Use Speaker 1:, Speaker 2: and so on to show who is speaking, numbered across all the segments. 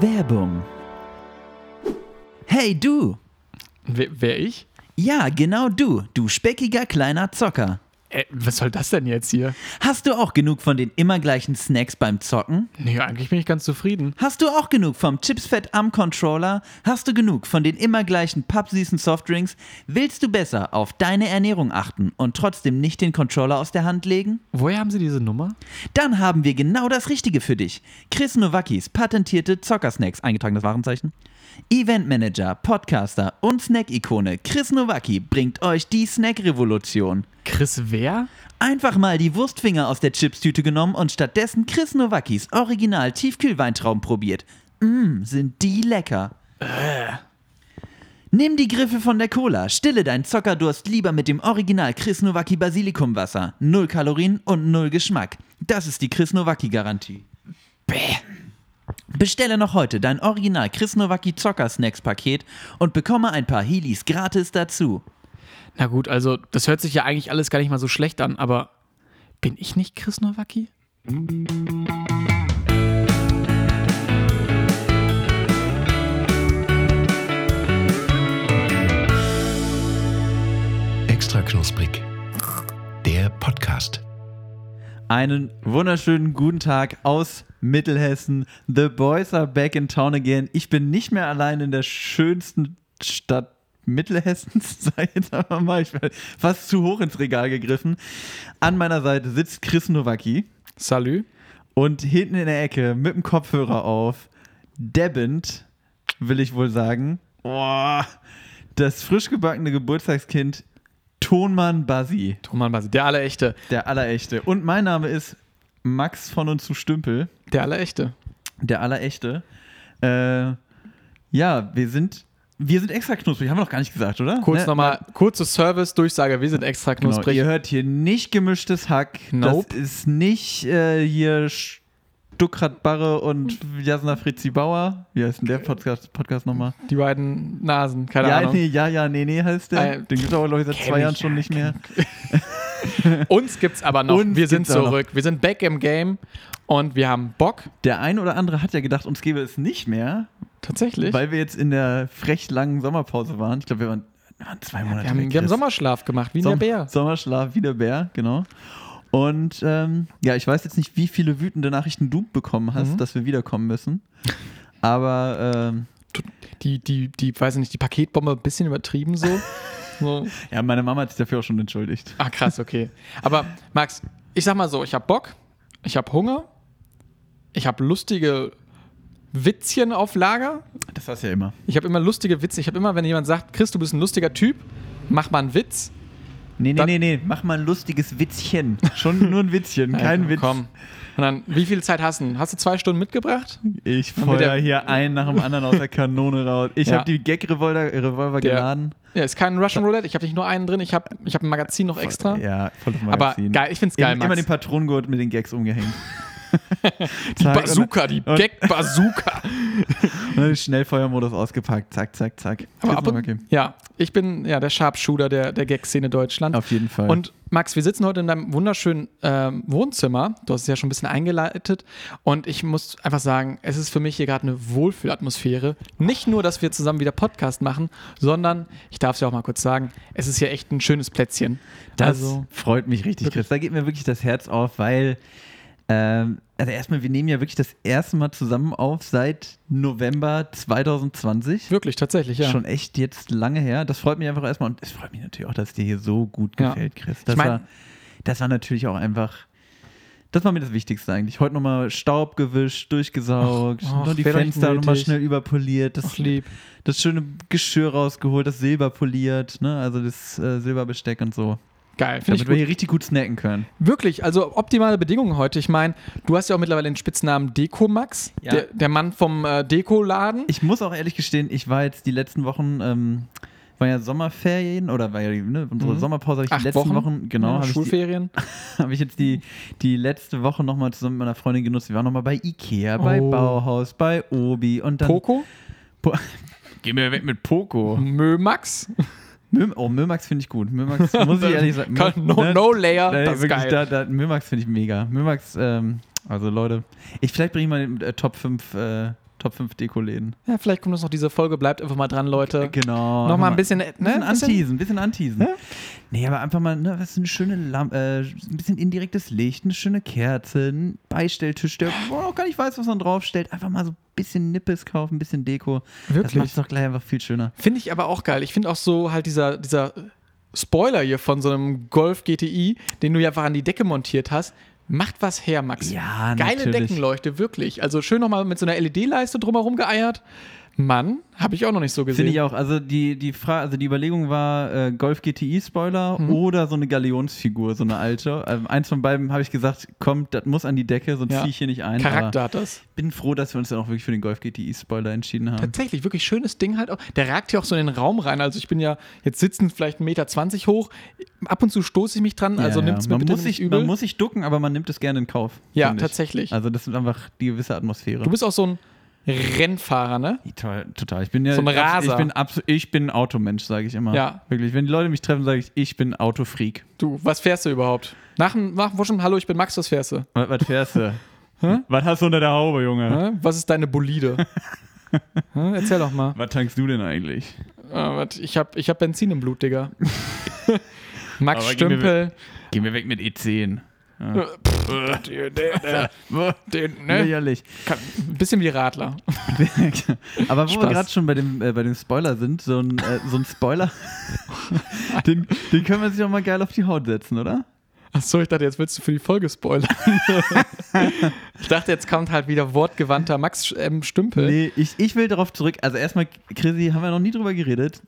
Speaker 1: Werbung. Hey du!
Speaker 2: Wer, wer ich?
Speaker 1: Ja, genau du, du speckiger kleiner Zocker.
Speaker 2: Äh, was soll das denn jetzt hier?
Speaker 1: Hast du auch genug von den immer gleichen Snacks beim Zocken?
Speaker 2: Nee, eigentlich bin ich ganz zufrieden.
Speaker 1: Hast du auch genug vom Chipsfett am Controller? Hast du genug von den immer gleichen pappsüßen Softdrinks? Willst du besser auf deine Ernährung achten und trotzdem nicht den Controller aus der Hand legen?
Speaker 2: Woher haben Sie diese Nummer?
Speaker 1: Dann haben wir genau das Richtige für dich. Chris Nowakis patentierte Zockersnacks, eingetragenes Warenzeichen. Eventmanager, Podcaster und Snack-Ikone Chris Nowaki bringt euch die Snack-Revolution.
Speaker 2: Chris wer?
Speaker 1: Einfach mal die Wurstfinger aus der Chipstüte genommen und stattdessen Chris Nowakis Original Tiefkühlweintrauben probiert. Mmm, sind die lecker. Äh. Nimm die Griffe von der Cola, stille deinen Zockerdurst lieber mit dem Original Chris Nowaki Basilikumwasser. Null Kalorien und null Geschmack. Das ist die Chris Nowaki Garantie. Bestelle noch heute dein Original Chris Nowaki Zocker Snacks Paket und bekomme ein paar Heelys gratis dazu.
Speaker 2: Na gut, also das hört sich ja eigentlich alles gar nicht mal so schlecht an, aber bin ich nicht Chris Nowacki?
Speaker 3: Extra knusprig. Der Podcast.
Speaker 1: Einen wunderschönen guten Tag aus Mittelhessen. The Boys are back in town again. Ich bin nicht mehr allein in der schönsten Stadt Mittelhessens, sag ich jetzt einfach mal. Ich bin fast zu hoch ins Regal gegriffen. An meiner Seite sitzt Chris Nowacki
Speaker 2: Salü?
Speaker 1: und hinten in der Ecke mit dem Kopfhörer auf, debbend, will ich wohl sagen, boah, das frisch gebackene Geburtstagskind Tonmann Basi.
Speaker 2: Thomas Basi, der Allerechte.
Speaker 1: Der Allerechte. Und mein Name ist Max von und zu Stümpel,
Speaker 2: Der Allerechte.
Speaker 1: der Allerechte. Äh, ja, wir sind, wir sind extra knusprig, haben wir noch gar nicht gesagt, oder?
Speaker 2: Kurz
Speaker 1: Ne?
Speaker 2: nochmal, kurze Service-Durchsage, wir sind extra
Speaker 1: Genau,
Speaker 2: knusprig.
Speaker 1: ihr hört hier nicht gemischtes Hack.
Speaker 2: Nope.
Speaker 1: Das ist nicht äh, hier Stuckrad Barre und Jasna Fritzi Bauer. Wie heißt denn der Podcast, Podcast nochmal?
Speaker 2: Die beiden Nasen, keine
Speaker 1: ja,
Speaker 2: Ahnung.
Speaker 1: nee, ja, ja, nee, nee heißt der.
Speaker 2: Ah, ja.
Speaker 1: Den gibt es aber, glaube ich, seit
Speaker 2: Kenn
Speaker 1: zwei
Speaker 2: ich,
Speaker 1: Jahren schon nicht mehr.
Speaker 2: Uns gibt's aber noch.
Speaker 1: Uns
Speaker 2: wir sind
Speaker 1: gibt's auch
Speaker 2: zurück. Wir sind back im Game und wir haben Bock.
Speaker 1: Der ein oder andere hat ja gedacht, uns gäbe es nicht mehr.
Speaker 2: Tatsächlich.
Speaker 1: Weil wir jetzt in der frech langen Sommerpause waren. Ich glaube, wir waren, wir waren zwei Monate
Speaker 2: wir haben,
Speaker 1: weg.
Speaker 2: wir haben
Speaker 1: Chris.
Speaker 2: Sommerschlaf gemacht, wie
Speaker 1: Som-
Speaker 2: ein Bär.
Speaker 1: Sommerschlaf, wie der Bär, genau. Und ähm, ja, ich weiß jetzt nicht, wie viele wütende Nachrichten du bekommen
Speaker 2: Mhm.
Speaker 1: hast, dass wir wiederkommen müssen. Aber ähm,
Speaker 2: die, die, die, weiß ich nicht, die Paketbombe ein bisschen übertrieben so. so.
Speaker 1: ja, meine Mama hat sich dafür auch schon entschuldigt.
Speaker 2: Ah, krass, okay. Aber Max, ich sag mal so, ich hab Bock, ich hab Hunger, ich hab lustige Witzchen auf Lager.
Speaker 1: Das hast du ja immer.
Speaker 2: Ich hab immer lustige Witze. Ich hab immer, wenn jemand sagt, Chris, du bist ein lustiger Typ, mach mal einen Witz.
Speaker 1: Nee, nee,
Speaker 2: Dann-
Speaker 1: nee, nee, mach mal ein lustiges Witzchen. Schon nur ein Witzchen, kein
Speaker 2: Also,
Speaker 1: Witz.
Speaker 2: Komm. Und dann, wie viel Zeit hast du? Hast du zwei Stunden mitgebracht?
Speaker 1: Ich
Speaker 2: wird
Speaker 1: feuer
Speaker 2: der-
Speaker 1: hier einen nach dem anderen aus der Kanone raus. Ich
Speaker 2: Ja.
Speaker 1: habe die Gag-Revolver Revolver
Speaker 2: Der-
Speaker 1: geladen.
Speaker 2: Ja, ist kein Russian Roulette. Ich hab nicht nur einen drin. Ich hab, ich hab ein Magazin noch extra.
Speaker 1: Ja, volles
Speaker 2: Aber
Speaker 1: Magazin.
Speaker 2: geil, ich find's geil,
Speaker 1: Immer,
Speaker 2: Max.
Speaker 1: immer den Patronengurt mit den Gags umgehängt.
Speaker 2: Die Bazooka, die
Speaker 1: und-
Speaker 2: Gag-Bazooka.
Speaker 1: Und dann den Schnellfeuermodus ausgepackt. Zack, zack, zack.
Speaker 2: Aber
Speaker 1: Chris
Speaker 2: ab
Speaker 1: Nowacki.
Speaker 2: und, ja, ich bin ja der Sharpshooter der, der Gag-Szene Deutschland.
Speaker 1: Auf jeden Fall.
Speaker 2: Und Max, wir sitzen heute in deinem wunderschönen ähm, Wohnzimmer. Du hast es ja schon ein bisschen eingeleitet. Und ich muss einfach sagen, es ist für mich hier gerade eine Wohlfühlatmosphäre. Nicht nur, dass wir zusammen wieder Podcast machen, sondern, ich darf es ja auch mal kurz sagen, es ist hier echt ein schönes Plätzchen.
Speaker 1: Das
Speaker 2: also,
Speaker 1: freut mich richtig, Chris. Da geht mir wirklich das Herz auf, weil, ähm, also erstmal, wir nehmen ja wirklich das erste Mal zusammen auf seit November 2020.
Speaker 2: wirklich, tatsächlich, ja.
Speaker 1: Schon echt jetzt lange her. Das freut mich einfach erstmal und es freut mich natürlich auch, dass es dir hier so gut
Speaker 2: Ja.
Speaker 1: gefällt, Chris. Das,
Speaker 2: mein-
Speaker 1: war, das war natürlich auch einfach. Das war mir das Wichtigste eigentlich. Heute nochmal Staub gewischt, durchgesaugt,
Speaker 2: Och, och,
Speaker 1: noch die
Speaker 2: wär doch nicht
Speaker 1: Fenster nochmal
Speaker 2: nötig.
Speaker 1: schnell überpoliert. Das,
Speaker 2: Ach, lieb.
Speaker 1: das schöne Geschirr rausgeholt, das Silber poliert, ne? also das äh, Silberbesteck und so.
Speaker 2: Geil, finde
Speaker 1: Damit
Speaker 2: ich
Speaker 1: wir
Speaker 2: gut.
Speaker 1: hier richtig gut snacken können.
Speaker 2: Wirklich, also optimale Bedingungen heute. Ich meine, du hast ja auch mittlerweile den Spitznamen Deko-Max,
Speaker 1: Ja.
Speaker 2: der, der Mann vom äh, Deko-Laden.
Speaker 1: Ich muss auch ehrlich gestehen, ich war jetzt die letzten Wochen, ähm, war ja Sommerferien oder war ja die, ne, unsere
Speaker 2: Mhm.
Speaker 1: Sommerpause, habe ich
Speaker 2: Acht
Speaker 1: die letzten Wochen, genau,
Speaker 2: ja,
Speaker 1: habe ich, die-
Speaker 2: Schulferien.
Speaker 1: hab ich jetzt die, die letzte Woche nochmal zusammen mit meiner Freundin genutzt. Wir waren nochmal bei Ikea, bei
Speaker 2: Oh.
Speaker 1: Bauhaus, bei Obi und dann.
Speaker 2: Poco,
Speaker 1: Po Geh mir weg mit Poco.
Speaker 2: Mömax.
Speaker 1: Mö oh, Mömax finde ich gut. Mömax, muss ich ehrlich sagen.
Speaker 2: Kann- No,
Speaker 1: ne?
Speaker 2: no Layer,
Speaker 1: Nee,
Speaker 2: das ist
Speaker 1: wirklich,
Speaker 2: geil.
Speaker 1: Da, da, Mömax finde ich mega. Mömax, ähm, also Leute, ich vielleicht bringe ich mal den äh, Top 5 äh, Top 5 Deko-Läden.
Speaker 2: Ja, vielleicht kommt uns noch diese Folge. Bleibt einfach mal dran, Leute.
Speaker 1: Genau.
Speaker 2: Äh, Noch
Speaker 1: einfach
Speaker 2: mal ein bisschen, ne?
Speaker 1: Bisschen
Speaker 2: Bisschen-
Speaker 1: anteasen, bisschen anteasen. Nee, aber einfach mal, ne, was ist eine schöne Lam äh, ein bisschen indirektes Licht, eine schöne Kerze, ein Beistelltisch, der wo man auch gar nicht weiß, was man draufstellt. Einfach mal so ein bisschen Nippes kaufen, ein bisschen Deko. Das
Speaker 2: Wirklich?
Speaker 1: macht es doch gleich einfach viel schöner.
Speaker 2: Finde ich aber auch geil. Ich finde auch so halt dieser, dieser Spoiler hier von so einem Golf GTI, den du ja einfach an die Decke montiert hast, macht was her, Max.
Speaker 1: Ja,
Speaker 2: Geile
Speaker 1: natürlich.
Speaker 2: Deckenleuchte, wirklich. Also schön nochmal mit so einer LED-Leiste drumherum geeiert. Mann, habe ich auch noch nicht so gesehen.
Speaker 1: Finde ich auch. Also die, die Frage, also die Überlegung war äh, Golf GTI Spoiler oder so eine Galeonsfigur, so eine alte. Ähm, eins von beiden habe ich gesagt, komm, das muss an die Decke, sonst
Speaker 2: Ja.
Speaker 1: ziehe ich hier nicht ein.
Speaker 2: Charakter hat das.
Speaker 1: Aber bin froh, dass wir uns dann auch wirklich für den Golf GTI Spoiler entschieden haben.
Speaker 2: Tatsächlich, wirklich schönes Ding halt auch. Der ragt ja auch so in den Raum rein. Also ich bin ja jetzt sitzend vielleicht 1,20 Meter hoch. Ab und zu stoße ich mich dran, also
Speaker 1: Ja, ja.
Speaker 2: nimmt's mir
Speaker 1: man
Speaker 2: bitte
Speaker 1: muss
Speaker 2: nicht
Speaker 1: sich,
Speaker 2: übel.
Speaker 1: Man muss sich ducken, aber man nimmt es gerne in Kauf.
Speaker 2: Ja,
Speaker 1: finde ich.
Speaker 2: tatsächlich.
Speaker 1: Also das ist einfach die gewisse Atmosphäre.
Speaker 2: du bist auch so ein Rennfahrer, ne?
Speaker 1: Total, total. Ich bin ja
Speaker 2: So ein
Speaker 1: abs-
Speaker 2: Raser.
Speaker 1: Ich bin, abs- ich bin Automensch, sage ich immer.
Speaker 2: Ja.
Speaker 1: Wirklich. Wenn die Leute mich treffen, sage ich, ich bin Autofreak.
Speaker 2: Du, was fährst du überhaupt? Nach dem nach dem Wuschen, hallo, ich bin Max, was fährst du?
Speaker 1: Was, was fährst du? was hast du unter der Haube, Junge?
Speaker 2: Hä? Ne? Was ist deine Bolide? Hä? Erzähl doch mal.
Speaker 1: Was tankst du denn eigentlich?
Speaker 2: Äh, wat- ich hab, ich hab Benzin im Blut, Digga. Max
Speaker 1: Aber gib mir
Speaker 2: Stümpel.
Speaker 1: Geh mir weg mit E E10.
Speaker 2: Äh, pff, der- der- der- der- ne?
Speaker 1: Lächerlich.
Speaker 2: Kann- Bisschen wie Radler.
Speaker 1: Aber wo wir
Speaker 2: Spaß.
Speaker 1: gerade schon bei dem, äh, bei dem Spoiler sind, so ein, äh, so ein Spoiler, den, den können wir sich auch mal geil auf die Haut setzen, oder?
Speaker 2: Achso, ich dachte, jetzt willst du für die Folge spoilern. ich dachte, jetzt kommt halt wieder wortgewandter Max ähm, Stümpel.
Speaker 1: Nee, ich, ich will darauf zurück. Also erstmal, Chrissy, haben wir noch nie drüber geredet.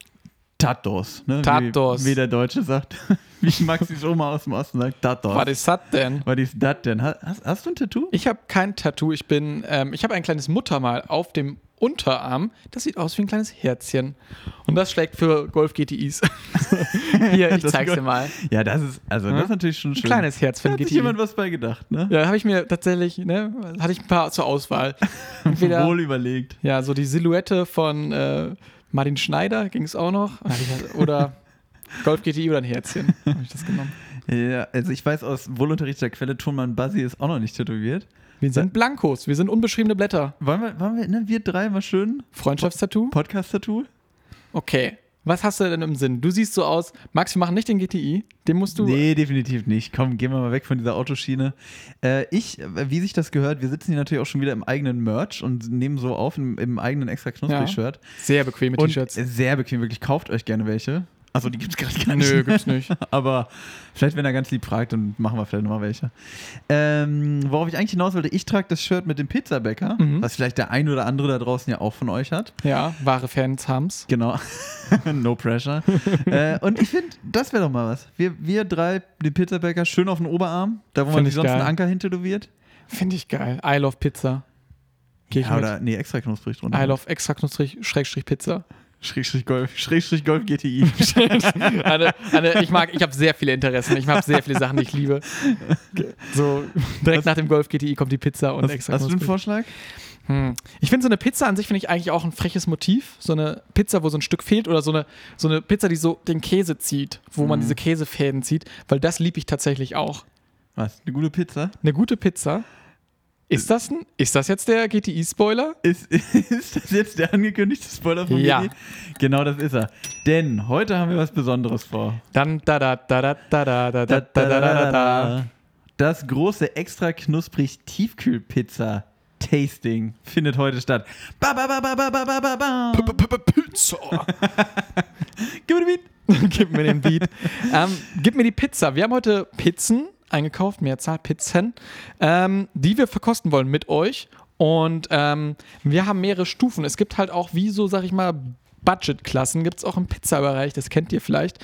Speaker 1: Tatos. Ne?
Speaker 2: Tatos.
Speaker 1: Wie, wie der Deutsche sagt, wie Maxis Oma aus dem Osten sagt, Tatos.
Speaker 2: Was ist das denn?
Speaker 1: Was ist das denn? Ha- Hast, hast du ein Tattoo?
Speaker 2: Ich habe kein Tattoo. Ich bin, ähm, ich habe ein kleines Muttermal auf dem Unterarm. Das sieht aus wie ein kleines Herzchen. Und das schlägt für Golf GTIs. Hier, ich
Speaker 1: Das
Speaker 2: zeig's
Speaker 1: ist
Speaker 2: dir mal.
Speaker 1: Ja, das ist, also das ist natürlich schon
Speaker 2: Hm? Ein
Speaker 1: schön.
Speaker 2: kleines Herz für
Speaker 1: Da
Speaker 2: ein
Speaker 1: hat sich
Speaker 2: GTI.
Speaker 1: jemand was bei gedacht, ne?
Speaker 2: Ja, habe ich mir tatsächlich, ne, hatte ich ein paar zur Auswahl. Entweder,
Speaker 1: Wohl überlegt.
Speaker 2: ja, so die Silhouette von äh, Martin Schneider ging es auch noch. Dann hab ich halt- Oder Golf GTI oder ein Herzchen. Habe ich das genommen.
Speaker 1: Ja, also ich weiß aus wohlunterrichteter Quelle, Tonmann Bassi ist auch noch nicht tätowiert.
Speaker 2: Wir sind Blankos, wir sind unbeschriebene Blätter.
Speaker 1: Wollen wir, wollen wir, ne, wir drei mal schön
Speaker 2: Freundschaftstattoo?
Speaker 1: Podcast-Tattoo?
Speaker 2: Okay. Was hast du denn im Sinn? Du siehst so aus, Max, wir machen nicht den GTI, den musst du.
Speaker 1: Nee, definitiv nicht. Komm, gehen wir mal weg von dieser Autoschiene. Äh, ich, äh, wie sich das gehört, wir sitzen hier natürlich auch schon wieder im eigenen Merch und nehmen so auf im, im eigenen extra
Speaker 2: Ja.
Speaker 1: knusprig Shirt.
Speaker 2: Sehr bequeme
Speaker 1: Und
Speaker 2: T-Shirts.
Speaker 1: sehr bequem, wirklich. Kauft euch gerne welche. Also die gibt es gerade gar nicht.
Speaker 2: Nö, gibt's nicht.
Speaker 1: Aber vielleicht, wenn er ganz lieb fragt, dann machen wir vielleicht nochmal welche. Ähm, worauf ich eigentlich hinaus wollte, ich trage das Shirt mit dem Pizzabäcker,
Speaker 2: Mhm.
Speaker 1: was vielleicht der ein oder andere da draußen ja auch von euch hat.
Speaker 2: Ja, wahre Fans haben's.
Speaker 1: Genau. no pressure. äh, und ich finde, das wäre doch mal was. Wir, wir drei, den Pizzabäcker, schön auf den Oberarm, da wo man
Speaker 2: Find
Speaker 1: sich
Speaker 2: ich
Speaker 1: sonst
Speaker 2: geil.
Speaker 1: einen Anker hintätowiert.
Speaker 2: Finde ich geil. I love Pizza. Geh ich
Speaker 1: Ja,
Speaker 2: mit.
Speaker 1: oder, nee, extra knusprig drunter.
Speaker 2: I love extra knusprig, Schrägstrich Pizza.
Speaker 1: Schrägstrich Golf, Schrägstrich Golf GTI.
Speaker 2: Anne, Anne, ich mag, ich habe sehr viele Interessen. Ich habe sehr viele Sachen, die ich liebe. So, direkt nach dem Golf GTI kommt die Pizza und
Speaker 1: hast,
Speaker 2: extra
Speaker 1: hast du einen
Speaker 2: knusprig.
Speaker 1: Vorschlag?
Speaker 2: Hm. Ich finde so eine Pizza an sich finde ich eigentlich auch ein freches Motiv. So eine Pizza, wo so ein Stück fehlt oder so eine, so eine Pizza, die so den Käse zieht, wo man diese Käsefäden zieht, weil das liebe ich tatsächlich auch.
Speaker 1: Was? Eine gute Pizza?
Speaker 2: Eine gute Pizza. Ist das, ein, ist das jetzt der GTI-Spoiler?
Speaker 1: Ist, ist das jetzt der angekündigte Spoiler von
Speaker 2: Ja.
Speaker 1: GTI? Genau das ist er. Denn heute haben wir was Besonderes vor.
Speaker 2: Dann da da da da da da da da da da da da.
Speaker 1: Das große extra knusprig Tiefkühlpizza Tasting findet heute statt. Ba, ba, ba, ba, ba, ba, ba, ba, ba.
Speaker 2: Pizza. gib mir den Beat. gib mir den Beat. Ähm, gib mir die Pizza. Wir haben heute Pizzen eingekauft, Mehrzahl Pizzen, ähm, die wir verkosten wollen mit euch. Und ähm, wir haben mehrere Stufen. Es gibt halt auch, wie so, sag ich mal, Budgetklassen gibt es auch im Pizzabereich, das kennt ihr vielleicht.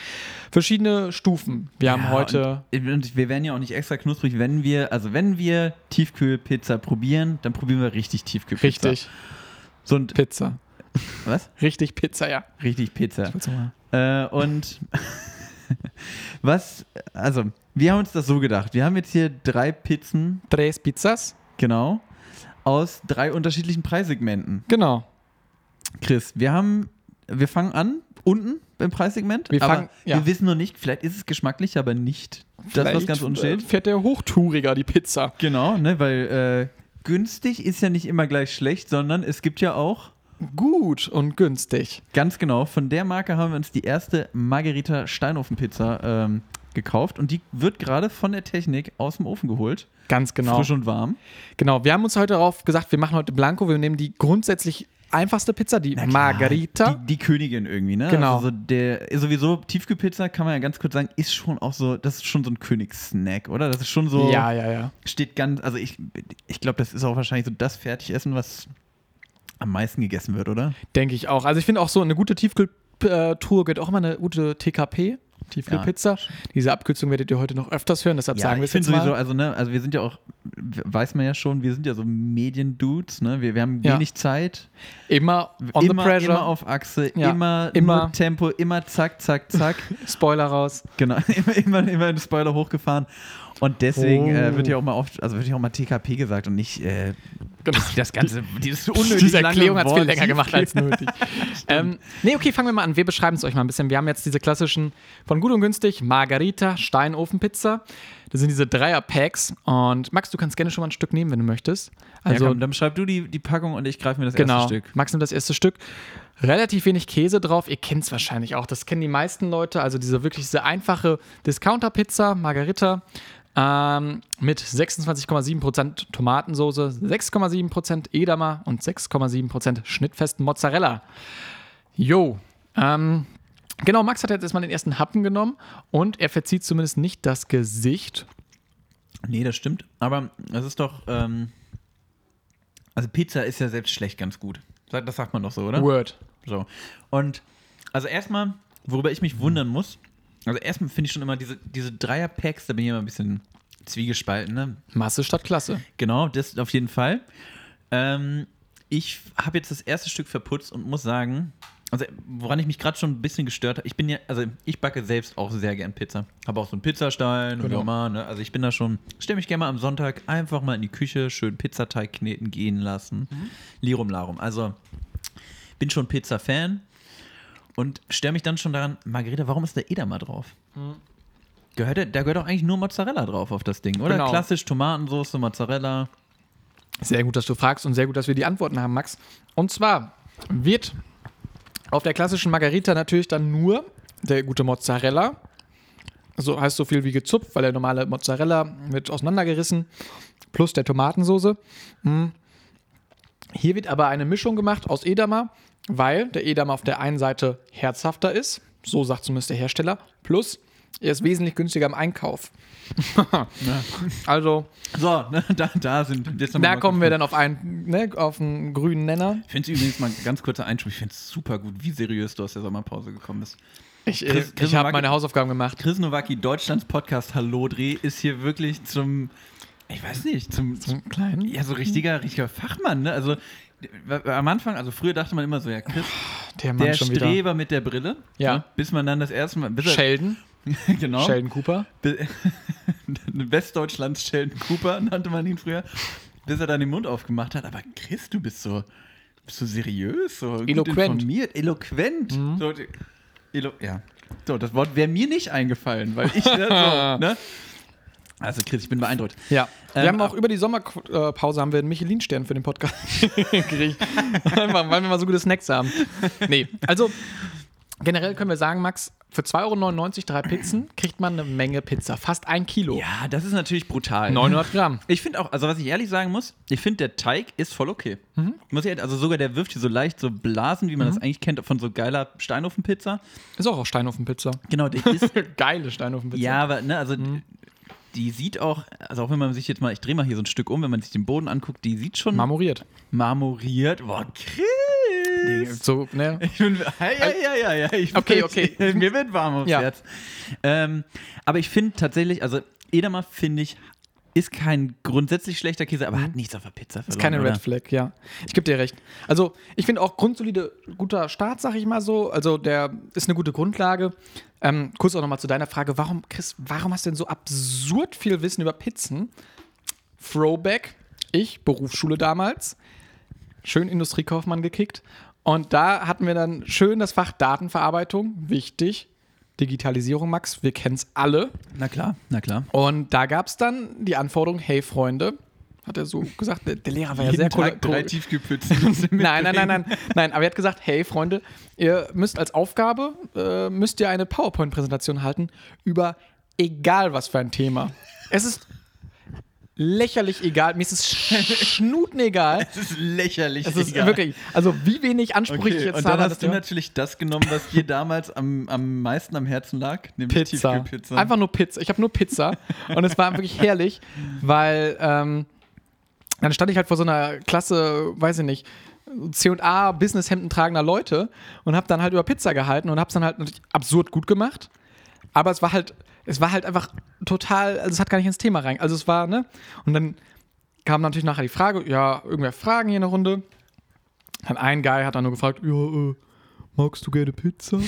Speaker 2: Verschiedene Stufen. Wir haben
Speaker 1: Ja,
Speaker 2: heute.
Speaker 1: Und, und wir werden ja auch nicht extra knusprig, wenn wir, also wenn wir Tiefkühlpizza probieren, dann probieren wir richtig Tiefkühlpizza.
Speaker 2: Richtig
Speaker 1: So und,
Speaker 2: Pizza.
Speaker 1: was?
Speaker 2: Richtig Pizza, ja.
Speaker 1: Richtig Pizza.
Speaker 2: Wolltest du mal-
Speaker 1: Äh, und was, also, wir haben uns das so gedacht. Wir haben jetzt hier drei Pizzen,
Speaker 2: Tres Pizzas?
Speaker 1: genau, aus drei unterschiedlichen Preissegmenten.
Speaker 2: Genau.
Speaker 1: Chris, wir haben, wir fangen an, unten beim Preissegment.
Speaker 2: Wir fangen-
Speaker 1: aber
Speaker 2: ja.
Speaker 1: wir wissen noch nicht, vielleicht ist es geschmacklich, aber nicht das, was
Speaker 2: Vielleicht,
Speaker 1: ganz unten
Speaker 2: äh,
Speaker 1: steht.
Speaker 2: Fährt der Hochtouriger die Pizza?
Speaker 1: Genau, ne, weil äh, günstig ist ja nicht immer gleich schlecht, sondern es gibt ja auch,
Speaker 2: Gut und günstig.
Speaker 1: ganz genau, von der Marke haben wir uns die erste Margarita Steinofen-Pizza ähm, gekauft und die wird gerade von der Technik aus dem Ofen geholt.
Speaker 2: Ganz genau.
Speaker 1: Frisch und warm.
Speaker 2: Genau, wir haben uns heute darauf gesagt, wir machen heute Blanco, wir nehmen die grundsätzlich einfachste Pizza, die Margarita.
Speaker 1: Die, die Königin irgendwie, ne?
Speaker 2: Genau.
Speaker 1: Also so der, sowieso Tiefkühlpizza, kann man ja ganz kurz sagen, ist schon auch so, das ist schon so ein Königssnack, oder? Das ist schon so,
Speaker 2: Ja, ja, ja.
Speaker 1: steht ganz, also ich, ich glaube, das ist auch wahrscheinlich so das Fertigessen, was am meisten gegessen wird, oder?
Speaker 2: Denke ich auch. Also ich finde auch so eine gute Tiefkühltour gehört auch immer eine gute TKP, Tiefkühlpizza. Diese Abkürzung werdet ihr heute noch öfters hören, deshalb sagen wir
Speaker 1: ich
Speaker 2: es
Speaker 1: finde
Speaker 2: jetzt
Speaker 1: sowieso,
Speaker 2: mal.
Speaker 1: also ne, also wir sind ja auch, weiß man ja schon, wir sind ja so Mediendudes, ne? Wir, wir haben
Speaker 2: Ja.
Speaker 1: wenig Zeit,
Speaker 2: Immer on
Speaker 1: immer,
Speaker 2: the pressure,
Speaker 1: immer auf Achse,
Speaker 2: Ja,
Speaker 1: immer,
Speaker 2: immer.
Speaker 1: nur Tempo, immer zack, zack, zack.
Speaker 2: Spoiler raus.
Speaker 1: Genau, immer, immer, immer den Spoiler hochgefahren. Und deswegen
Speaker 2: Oh.
Speaker 1: äh, wird ja auch mal oft, also wird ja auch mal TKP gesagt und nicht äh,
Speaker 2: Genau.
Speaker 1: das Ganze, dieses unnötig
Speaker 2: Diese
Speaker 1: lange
Speaker 2: Erklärung hat es viel
Speaker 1: Wort.
Speaker 2: länger gemacht als nötig. ähm, nee, okay, fangen wir mal an. Wir beschreiben es euch mal ein bisschen. Wir haben jetzt diese klassischen von gut und günstig Margarita Steinofenpizza. Das sind diese Dreier-Packs. Und Max, du kannst gerne schon mal ein Stück nehmen, wenn du möchtest.
Speaker 1: Also,
Speaker 2: Also,
Speaker 1: ja, komm, dann schreib du die, die Packung und ich greife mir das
Speaker 2: genau.
Speaker 1: erste Stück.
Speaker 2: Max nimmt das erste Stück. Relativ wenig Käse drauf. Ihr kennt es wahrscheinlich auch. Das kennen die meisten Leute. Also diese wirklich diese einfache Discounter-Pizza, Margarita. Ähm, mit 26,7% Tomatensoße, 6,7% Edamer und 6,7% schnittfesten Mozzarella. Jo. Ähm, genau, Max hat jetzt erstmal den ersten Happen genommen und er verzieht zumindest nicht das Gesicht.
Speaker 1: Nee, das stimmt. Aber es ist doch, ähm, also Pizza ist ja selbst schlecht ganz gut. Sag- Das sagt man doch so, oder?
Speaker 2: Word.
Speaker 1: So. Und also erstmal, worüber ich mich wundern muss, also erstmal finde ich schon immer diese, diese Dreier-Packs, da bin ich immer ein bisschen zwiegespalten, ne?
Speaker 2: Masse statt Klasse.
Speaker 1: Genau, das auf jeden Fall. Ähm, ich habe jetzt das erste Stück verputzt und muss sagen, also woran ich mich gerade schon ein bisschen gestört habe, ich bin ja, also ich backe selbst auch sehr gern Pizza. Habe auch so einen Pizzastein und
Speaker 2: Genau.
Speaker 1: wie auch immer, ne? Also ich bin da schon, stelle mich gerne mal am Sonntag einfach mal in die Küche, schön Pizzateig kneten, gehen lassen.
Speaker 2: Mhm.
Speaker 1: Lirum larum. Also bin schon Pizza-Fan und stelle mich dann schon daran, Margarita, warum ist der Edamer drauf?
Speaker 2: Mhm.
Speaker 1: Gehört, der- da gehört doch eigentlich nur Mozzarella drauf auf das Ding, oder?
Speaker 2: Genau.
Speaker 1: Klassisch Tomatensauce, Mozzarella.
Speaker 2: Sehr gut, dass du fragst und sehr gut, dass wir die Antworten haben, Max. Und zwar wird auf der klassischen Margarita natürlich dann nur der gute Mozzarella, so heißt so viel wie gezupft, weil der normale Mozzarella wird auseinandergerissen, plus der Tomatensoße. Hm. Hier wird aber eine Mischung gemacht aus Edamer, weil der Edamer auf der einen Seite herzhafter ist, so sagt zumindest der Hersteller, plus er ist wesentlich günstiger im Einkauf. also,
Speaker 1: So, ne, da, da sind jetzt
Speaker 2: da kommen wir dann auf einen, ne, auf einen grünen Nenner.
Speaker 1: Ich finde es übrigens mal ganz kurzer Einschub. Ich finde es super gut, wie seriös du aus der Sommerpause gekommen bist.
Speaker 2: Ich, äh,
Speaker 1: Chris-
Speaker 2: ich,
Speaker 1: Chris
Speaker 2: ich habe
Speaker 1: Mark-
Speaker 2: meine Hausaufgaben gemacht.
Speaker 1: Chris Nowacki, Deutschlands Podcast Hallo Dreh, ist hier wirklich zum, ich weiß nicht, zum,
Speaker 2: So
Speaker 1: zum
Speaker 2: einen kleinen
Speaker 1: ja, so richtiger, richtiger Fachmann, ne? Also w- w- am Anfang, also früher dachte man immer so, ja, Chris,
Speaker 2: der Mann
Speaker 1: der
Speaker 2: schon wieder.
Speaker 1: Streber mit der Brille.
Speaker 2: Ja.
Speaker 1: Ne? Bis man dann das erste Mal. Bis er,
Speaker 2: Sheldon,
Speaker 1: genau.
Speaker 2: Sheldon Cooper.
Speaker 1: Be- Westdeutschlands Sheldon Cooper nannte man ihn früher, bis er dann den Mund aufgemacht hat. Aber Chris, du bist so, bist so seriös, so Gut
Speaker 2: Eloquent.
Speaker 1: informiert, eloquent. So, die- elo ja. So, das Wort wäre mir nicht eingefallen, weil ich ne, so, ne? Also Chris, ich bin beeindruckt.
Speaker 2: Ja. Wir
Speaker 1: Ähm,
Speaker 2: haben auch über die Sommerpause haben wir einen Michelin-Stern für den Podcast gekriegt. Einfach, weil wir mal so gute Snacks haben. Nee, also generell können wir sagen, Max, für 2,99 Euro drei Pizzen kriegt man eine Menge Pizza. Fast ein Kilo.
Speaker 1: Ja, das ist natürlich brutal.
Speaker 2: 900 Gramm.
Speaker 1: Ich finde auch, also was ich ehrlich sagen muss, ich finde, der Teig ist voll okay. Muss ich, ehrlich- also sogar der wirft hier so leicht so Blasen, wie man das eigentlich kennt von so geiler Steinofenpizza.
Speaker 2: Ist auch auf Steinofenpizza.
Speaker 1: Genau, der ist
Speaker 2: Geile Steinofenpizza.
Speaker 1: Ja, aber ne, also
Speaker 2: Hm.
Speaker 1: die sieht auch, also auch wenn man sich jetzt mal, ich drehe mal hier so ein Stück um, wenn man sich den Boden anguckt, die sieht schon
Speaker 2: Marmoriert.
Speaker 1: marmoriert. Boah, Chris!
Speaker 2: So, ne?
Speaker 1: Ich bin, ja, ja, ja, ja, ich
Speaker 2: Okay, okay.
Speaker 1: Ich, mir wird warm aufs
Speaker 2: Ja.
Speaker 1: Herz. Ähm, aber ich finde tatsächlich, also Edamer finde ich, ist kein grundsätzlich schlechter Käse, aber hat nichts auf der Pizza verloren.
Speaker 2: Hm. Ist keine
Speaker 1: oder?
Speaker 2: Red Flag, ja. Ich gebe dir recht. Also, ich finde auch grundsolide, guter Start, sag ich mal so. Also, der ist eine gute Grundlage. Ähm, kurz auch nochmal zu deiner Frage. Warum, Chris, warum hast du denn so absurd viel Wissen über Pizzen? Throwback, ich, Berufsschule damals, schön Industriekaufmann gekickt. Und da hatten wir dann schön das Fach Datenverarbeitung, wichtig. Digitalisierung, Max, wir kennen es alle.
Speaker 1: Na klar, na klar.
Speaker 2: Und da gab es dann die Anforderung, hey Freunde, hat er so gesagt. Der, der Lehrer war ja
Speaker 1: Jeden
Speaker 2: sehr
Speaker 1: Tag
Speaker 2: kolle-
Speaker 1: drei Tiefkühlpizzen. musst du
Speaker 2: Nein, nein,
Speaker 1: mitbringen.
Speaker 2: nein, nein, nein. Aber er hat gesagt, hey Freunde, ihr müsst als Aufgabe, äh, müsst ihr eine PowerPoint-Präsentation halten über egal was für ein Thema. Es ist lächerlich egal, mir ist es sch- schnutenegal.
Speaker 1: Das ist lächerlich.
Speaker 2: Es ist
Speaker 1: egal.
Speaker 2: wirklich, also wie wenig Ansprüche ich
Speaker 1: Okay,
Speaker 2: jetzt
Speaker 1: und dann
Speaker 2: habe an
Speaker 1: hast du
Speaker 2: Thema.
Speaker 1: natürlich das genommen, was dir damals am, am meisten am Herzen lag, nämlich
Speaker 2: Pizza.
Speaker 1: Tiefkühlpizza.
Speaker 2: Einfach nur Pizza. Ich habe nur Pizza. und es war wirklich herrlich, weil ähm, dann stand ich halt vor so einer Klasse, weiß ich nicht, C&A Businesshemden tragender Leute und habe dann halt über Pizza gehalten und habe es dann halt natürlich absurd gut gemacht. Aber es war halt, es war halt einfach total, also es hat gar nicht ins Thema rein. Also es war, ne? Und dann kam natürlich nachher die Frage, ja, irgendwer Fragen hier in der Runde. Dann ein Guy hat dann nur gefragt, ja, äh, magst du gerne Pizza?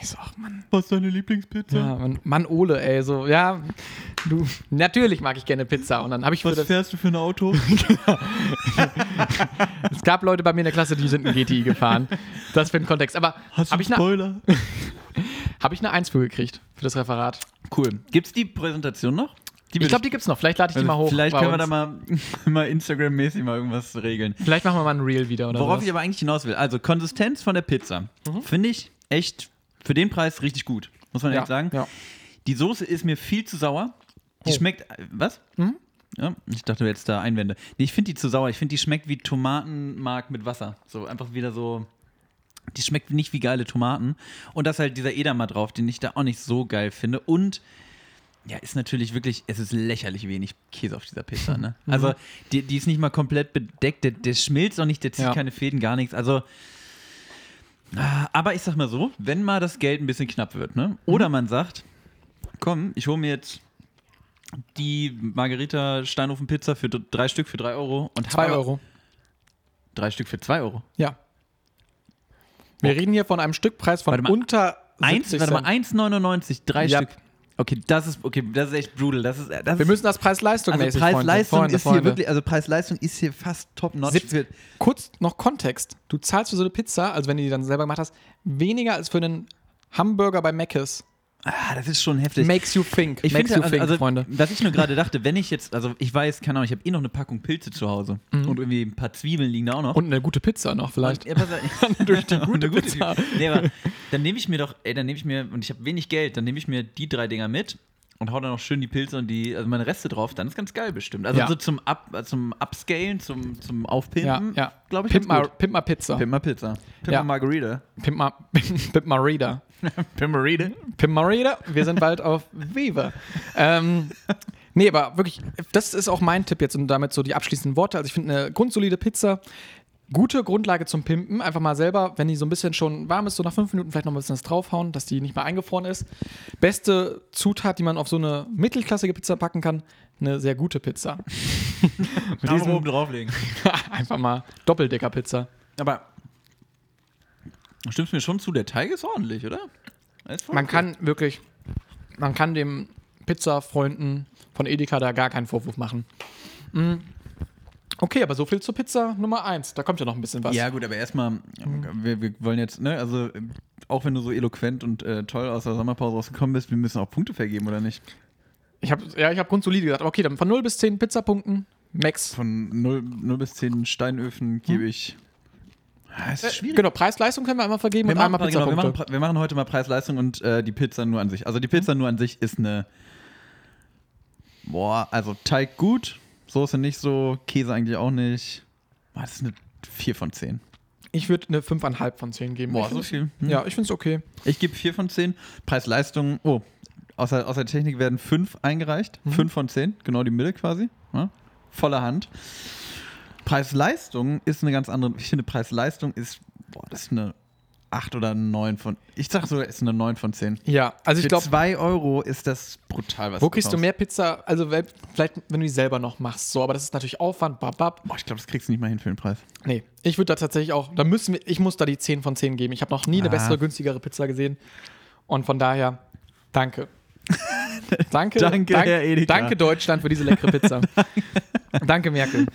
Speaker 2: Ich so, ach Mann,
Speaker 1: was ist deine Lieblingspizza?
Speaker 2: ja, Mann, Mann Ole, ey, so, ja, du, natürlich mag ich gerne Pizza. Und dann habe ich für
Speaker 1: Was
Speaker 2: das,
Speaker 1: fährst du für ein Auto?
Speaker 2: es gab Leute bei mir in der Klasse, die sind ein GTI gefahren. Das für den Kontext. Aber
Speaker 1: Hast du
Speaker 2: habe ich, eine-
Speaker 1: Spoiler?
Speaker 2: hab ich eine Eins für gekriegt, für das Referat.
Speaker 1: Cool. Gibt's die Präsentation noch? Die
Speaker 2: Ich glaube, die gibt's noch. Vielleicht lade ich die mal hoch.
Speaker 1: Also Vielleicht
Speaker 2: bei
Speaker 1: können wir
Speaker 2: uns.
Speaker 1: da mal, mal Instagram-mäßig mal irgendwas regeln.
Speaker 2: Vielleicht machen wir mal ein Reel wieder oder
Speaker 1: Worauf
Speaker 2: sowas.
Speaker 1: ich aber eigentlich hinaus will, also Konsistenz von der Pizza, finde ich echt für den Preis richtig gut, muss man
Speaker 2: Mhm. ja,
Speaker 1: echt sagen.
Speaker 2: Ja.
Speaker 1: Die Soße ist mir viel zu sauer. Die
Speaker 2: Oh. Hm?
Speaker 1: schmeckt, äh, was? Ja, ich dachte du hättest da Einwände. Nee, ich finde die zu sauer. Ich finde, die schmeckt wie Tomatenmark mit Wasser. So einfach wieder so. Die schmeckt nicht wie geile Tomaten. Und das halt dieser Edamer drauf, den ich da auch nicht so geil finde. Und ja, ist natürlich wirklich, es ist lächerlich wenig Käse auf dieser Pizza. Ne?
Speaker 2: Mhm.
Speaker 1: Also, die, die ist nicht mal komplett bedeckt. Der, der schmilzt auch nicht, der zieht
Speaker 2: Ja.
Speaker 1: keine Fäden, gar nichts. Also, ah, aber ich sag mal so, wenn mal das Geld ein bisschen knapp wird, ne?
Speaker 2: Mhm.
Speaker 1: oder man sagt, komm, ich hole mir jetzt die Margarita Steinhofen Pizza für dr- drei Stück für drei Euro und hab
Speaker 2: Zwei
Speaker 1: aber-
Speaker 2: Euro.
Speaker 1: Drei Stück für zwei Euro.
Speaker 2: Ja. Wir reden hier von einem Stückpreis von
Speaker 1: Warte mal,
Speaker 2: unter 70
Speaker 1: Eins,
Speaker 2: Cent.
Speaker 1: warte mal, 1,99, drei
Speaker 2: Ja.
Speaker 1: Stück. Okay, das ist okay, das ist echt brutal. Das ist, äh, das
Speaker 2: Wir
Speaker 1: ist,
Speaker 2: müssen das Preis-Leistung
Speaker 1: also
Speaker 2: mäßig,
Speaker 1: Preis-Leistung
Speaker 2: Freunde,
Speaker 1: ist hier
Speaker 2: Freunde, Freunde.
Speaker 1: wirklich, also Preis-Leistung ist hier fast top notch.
Speaker 2: Sieb- Kurz noch Kontext. Du zahlst für so eine Pizza, also wenn du die dann selber gemacht hast, weniger als für einen Hamburger bei Mc's.
Speaker 1: ah, das ist schon heftig.
Speaker 2: Makes you think.
Speaker 1: ich
Speaker 2: Makes
Speaker 1: finde,
Speaker 2: you
Speaker 1: also,
Speaker 2: think,
Speaker 1: also,
Speaker 2: Freunde.
Speaker 1: was ich nur gerade dachte, wenn ich jetzt, also ich weiß, keine Ahnung, ich habe eh noch eine Packung Pilze zu Hause
Speaker 2: Mhm.
Speaker 1: und irgendwie ein paar Zwiebeln liegen da auch noch.
Speaker 2: Und eine gute Pizza noch vielleicht.
Speaker 1: Halt. Ja, pass auf.
Speaker 2: Durch die
Speaker 1: Und
Speaker 2: gute
Speaker 1: eine
Speaker 2: Pizza.
Speaker 1: Tüte. Nee, aber dann nehme ich mir doch, ey, dann nehme ich mir, und ich habe wenig Geld, dann nehme ich mir die drei Dinger mit und hau dann noch schön die Pilze und die, also meine Reste drauf, dann ist ganz geil bestimmt. Also
Speaker 2: Ja.
Speaker 1: so zum, Up, zum Upscalen, zum, zum Aufpimpen,
Speaker 2: ja, ja.
Speaker 1: glaube ich.
Speaker 2: Pimp
Speaker 1: ganz
Speaker 2: mal, Pimp mal Pizza.
Speaker 1: gut. Pimp mal Pizza. Pimp
Speaker 2: Ja.
Speaker 1: mal Margarita.
Speaker 2: Pimp mal, Pimp mal Rita.
Speaker 1: Pimp Margarita.
Speaker 2: Pimp mal Rita. Wir sind bald auf Weber. Ähm, nee, aber wirklich, das ist auch mein Tipp jetzt und damit so die abschließenden Worte. Also ich finde eine grundsolide Pizza. Gute Grundlage zum Pimpen. Einfach mal selber, wenn die so ein bisschen schon warm ist, so nach fünf Minuten vielleicht noch ein bisschen was draufhauen, dass die nicht mal eingefroren ist. Beste Zutat, die man auf so eine mittelklassige Pizza packen kann, eine sehr gute Pizza. Mit
Speaker 1: Daumen
Speaker 2: diesem-
Speaker 1: oben drauflegen.
Speaker 2: Einfach mal doppeldecker Pizza.
Speaker 1: Aber stimmst mir schon zu, der Teig ist ordentlich, oder? Er ist voll
Speaker 2: Man
Speaker 1: gut.
Speaker 2: kann wirklich, man kann dem Pizza-Freunden von Edeka da gar keinen Vorwurf machen. Mm. Okay, aber so viel zur Pizza Nummer 1. Da kommt ja noch ein bisschen was. Mhm.
Speaker 1: Ja, gut, aber erstmal, wir, wir wollen jetzt, ne, also äh, auch wenn du so eloquent und äh, toll aus der Sommerpause rausgekommen bist, wir müssen auch Punkte vergeben, oder nicht?
Speaker 2: Ich habe ja, ich hab grundsolide gesagt, okay, dann von 0 bis 10 Pizzapunkten, Max.
Speaker 1: Von 0, 0 bis 10 Steinöfen gebe ich. Ah, es ist schwierig.
Speaker 2: Genau, Preis-Leistung können Hm. wir einmal vergeben
Speaker 1: Wir
Speaker 2: und
Speaker 1: machen,
Speaker 2: einmal
Speaker 1: genau, wir,
Speaker 2: Pizzapunkte.
Speaker 1: machen, Pre- wir machen heute mal Preis-Leistung und äh, die Pizza nur an sich. Also die Pizza
Speaker 2: Hm.
Speaker 1: nur an sich ist eine. Boah, also Teig gut, Soße nicht so, Käse eigentlich auch nicht. Boah, das ist eine 4 von 10.
Speaker 2: ich würde eine 5,5 von 10 geben.
Speaker 1: Boah,
Speaker 2: ich
Speaker 1: so
Speaker 2: find's-
Speaker 1: viel. Hm.
Speaker 2: Ja, ich finde es okay.
Speaker 1: Ich gebe 4 von 10. Preis-Leistung, oh, außer, außer Technik werden 5 eingereicht.
Speaker 2: Mhm.
Speaker 1: 5 von 10, genau die Mitte quasi. Ja? Volle Hand. Preis-Leistung ist eine ganz andere. Ich finde, Preis-Leistung ist, boah, das ist eine 8 oder 9 von. Ich sag sogar, ist eine 9 von 10.
Speaker 2: Ja, also ich
Speaker 1: Für
Speaker 2: glaube,
Speaker 1: 2 Euro ist das brutal, was
Speaker 2: wo kriegst du
Speaker 1: bekommst.
Speaker 2: mehr Pizza? Also, wenn- vielleicht, wenn du die selber noch machst, so, aber das ist natürlich Aufwand, babab.
Speaker 1: Boah, ich glaube, das kriegst du nicht mal hin für den Preis.
Speaker 2: Nee, ich würde da tatsächlich auch, da müssen wir, ich muss da die 10 von 10 geben. Ich habe noch nie eine
Speaker 1: Ah.
Speaker 2: bessere, günstigere Pizza gesehen. Und von daher, danke. danke,
Speaker 1: Danke, Herr Edeka.
Speaker 2: Danke, Deutschland, für diese leckere Pizza. danke, Merkel.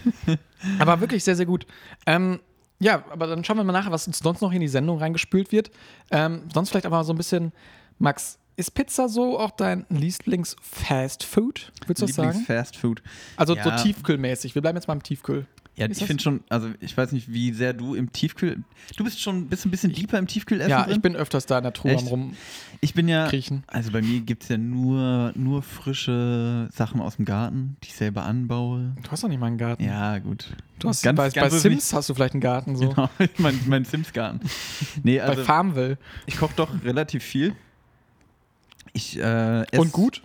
Speaker 2: Aber wirklich sehr, sehr gut. Ähm, ja, aber dann schauen wir mal nachher, was uns sonst noch in die Sendung reingespült wird. Ähm, sonst vielleicht aber so ein bisschen, Max, Ist Pizza so auch dein Lieblings-Fast-Food, würdest du das sagen?
Speaker 1: Lieblings-Fast Food.
Speaker 2: Also
Speaker 1: Ja.
Speaker 2: so tiefkühlmäßig. Wir bleiben jetzt mal im Tiefkühl.
Speaker 1: Ja,
Speaker 2: Ist
Speaker 1: ich
Speaker 2: das-
Speaker 1: finde schon, also ich weiß nicht, wie sehr du im Tiefkühl. Du bist schon bist ein bisschen deeper im Tiefkühlessen.
Speaker 2: Ja,
Speaker 1: drin.
Speaker 2: ich bin öfters da in der Truhe
Speaker 1: Echt?
Speaker 2: am rum.
Speaker 1: Ich bin ja.
Speaker 2: kriechen.
Speaker 1: Also bei mir gibt es ja nur, nur frische Sachen aus dem Garten, die ich selber anbaue.
Speaker 2: Du hast doch nicht mal einen Garten.
Speaker 1: Ja, gut.
Speaker 2: Du hast
Speaker 1: Ganz-
Speaker 2: bei,
Speaker 1: ganz
Speaker 2: bei
Speaker 1: so
Speaker 2: Sims hast du vielleicht einen Garten so.
Speaker 1: Genau, mein, mein Sims-Garten. Nee,
Speaker 2: bei
Speaker 1: also
Speaker 2: Farmville.
Speaker 1: ich koche doch relativ viel. Ich, äh, ess-
Speaker 2: Und gut?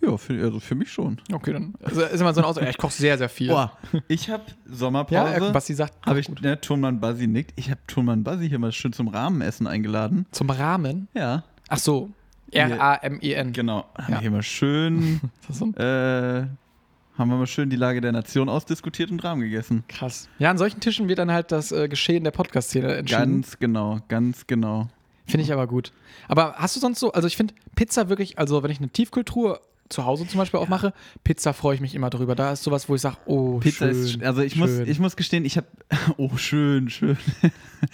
Speaker 1: Ja, für, also für mich schon.
Speaker 2: Okay, dann also ist immer so ein Ausdruck. Ja, ich koche sehr, sehr viel.
Speaker 1: Boah, ich habe
Speaker 2: ja,
Speaker 1: Sommerpause.
Speaker 2: äh, Basti sagt,
Speaker 1: habe ich,
Speaker 2: gut.
Speaker 1: ne, Tonmann Basi nickt. Ich habe Tonmann Basi hier mal schön zum Rahmenessen eingeladen.
Speaker 2: Zum Rahmen?
Speaker 1: Ja,
Speaker 2: Ach so.
Speaker 1: Ja.
Speaker 2: R-A-M-E-N.
Speaker 1: genau. Haben
Speaker 2: Ja.
Speaker 1: wir hier mal schön,
Speaker 2: Das ist so ein-
Speaker 1: äh, haben wir mal schön die Lage der Nation ausdiskutiert und Rahmen gegessen.
Speaker 2: Krass. Ja, an solchen Tischen wird dann halt das äh, Geschehen der Podcast-Szene entschieden.
Speaker 1: Ganz genau, ganz genau.
Speaker 2: Finde ich aber gut. Aber hast du sonst so, also ich finde Pizza wirklich, also wenn ich eine Tiefkühltruhe zu Hause zum Beispiel aufmache, Pizza freue ich mich immer drüber. Da ist sowas, wo ich sage, oh,
Speaker 1: Pizza
Speaker 2: schön,
Speaker 1: ist, also ich muss,
Speaker 2: schön.
Speaker 1: ich muss gestehen, ich habe, oh schön, schön.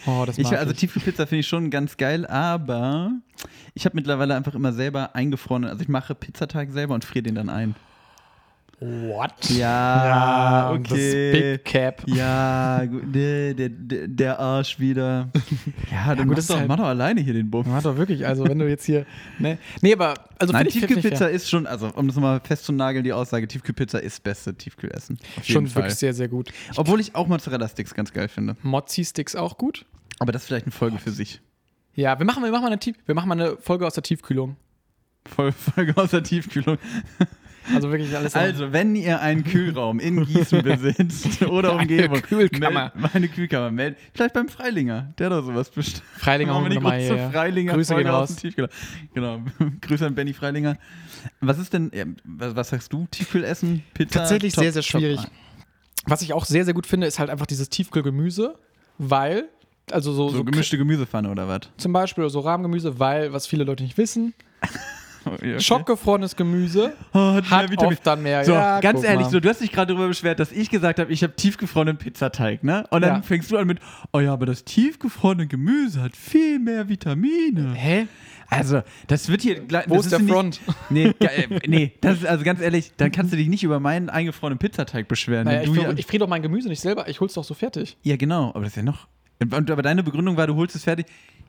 Speaker 2: oh, das
Speaker 1: Ich,
Speaker 2: mag ich,
Speaker 1: also Tiefkühlpizza finde ich schon ganz geil, aber ich habe mittlerweile einfach immer selber eingefroren. Also ich mache Pizzateig selber und friere den dann ein.
Speaker 2: What?
Speaker 1: Ja, okay.
Speaker 2: Das Big Cap.
Speaker 1: Ja, gut, nee, der, der, der Arsch wieder. Ja, dann
Speaker 2: gut, das
Speaker 1: machst
Speaker 2: ist
Speaker 1: du
Speaker 2: halt-
Speaker 1: mach doch alleine hier den Bumm.
Speaker 2: Ja, doch wirklich. Also, wenn du jetzt hier. Ne, nee, aber. Also
Speaker 1: Nein,
Speaker 2: find ich- find ich
Speaker 1: Tiefkühlpizza
Speaker 2: fair.
Speaker 1: ist schon, also um das mal festzunageln, die Aussage, Tiefkühlpizza ist beste Tiefkühlessen. Auf jeden
Speaker 2: schon
Speaker 1: Fall.
Speaker 2: wirklich sehr, sehr gut.
Speaker 1: Obwohl ich auch Mozzarella-Sticks ganz geil finde.
Speaker 2: Mozzi-Sticks auch gut.
Speaker 1: Aber das ist vielleicht eine Folge für sich.
Speaker 2: Ja, wir machen, wir, machen mal eine Tief, wir machen mal eine Folge aus der Tiefkühlung.
Speaker 1: Voll- Folge aus der Tiefkühlung.
Speaker 2: Also wirklich alles.
Speaker 1: Also, wenn ihr einen Kühlraum in Gießen besitzt oder
Speaker 2: Eine
Speaker 1: Umgebung,
Speaker 2: Kühlkammer.
Speaker 1: Meld, meine Kühlkammer, meldet. Vielleicht beim Freilinger, der da sowas bestimmt.
Speaker 2: Freilinger
Speaker 1: Machen wir
Speaker 2: holen wir
Speaker 1: die
Speaker 2: mal
Speaker 1: große
Speaker 2: hier, ja.
Speaker 1: Freilinger
Speaker 2: Grüße
Speaker 1: Folge
Speaker 2: gehen
Speaker 1: aus dem
Speaker 2: raus.
Speaker 1: Tiefkühler. Genau. Grüße an Benny Freilinger. Was ist denn, ähm, was, was sagst du, Tiefkühlessen? Pizza?
Speaker 2: Tatsächlich
Speaker 1: Top-
Speaker 2: sehr, sehr
Speaker 1: Top-
Speaker 2: schwierig. Was ich auch sehr, sehr gut finde, ist halt einfach dieses Tiefkühlgemüse, weil. Also so,
Speaker 1: So gemischte Gemüsepfanne oder was?
Speaker 2: zum Beispiel oder so Rahmgemüse, weil, was viele Leute nicht wissen,
Speaker 1: Okay.
Speaker 2: schockgefrorenes Gemüse
Speaker 1: Oh, hat mehr
Speaker 2: hat
Speaker 1: Vitamin.
Speaker 2: oft dann mehr.
Speaker 1: So,
Speaker 2: Ja,
Speaker 1: ganz
Speaker 2: guck
Speaker 1: ehrlich,
Speaker 2: mal.
Speaker 1: so, du hast dich gerade darüber beschwert, dass ich gesagt habe, ich habe tiefgefrorenen Pizzateig, ne? Und dann
Speaker 2: Ja.
Speaker 1: fängst du an mit, oh ja, aber das tiefgefrorene Gemüse hat viel mehr Vitamine.
Speaker 2: Hä?
Speaker 1: Also, das wird hier gleich.
Speaker 2: Wo
Speaker 1: das
Speaker 2: ist der
Speaker 1: nicht-
Speaker 2: Front?
Speaker 1: Nee, ge- äh, nee, das ist also ganz ehrlich, dann kannst du dich nicht über meinen eingefrorenen Pizzateig beschweren. wenn
Speaker 2: Naja, ich,
Speaker 1: du
Speaker 2: friere-
Speaker 1: hier-
Speaker 2: ich friere doch mein Gemüse nicht selber, ich hol's doch so fertig.
Speaker 1: ja, genau, aber das ist ja noch. Und, aber deine Begründung war, du holst es fertig,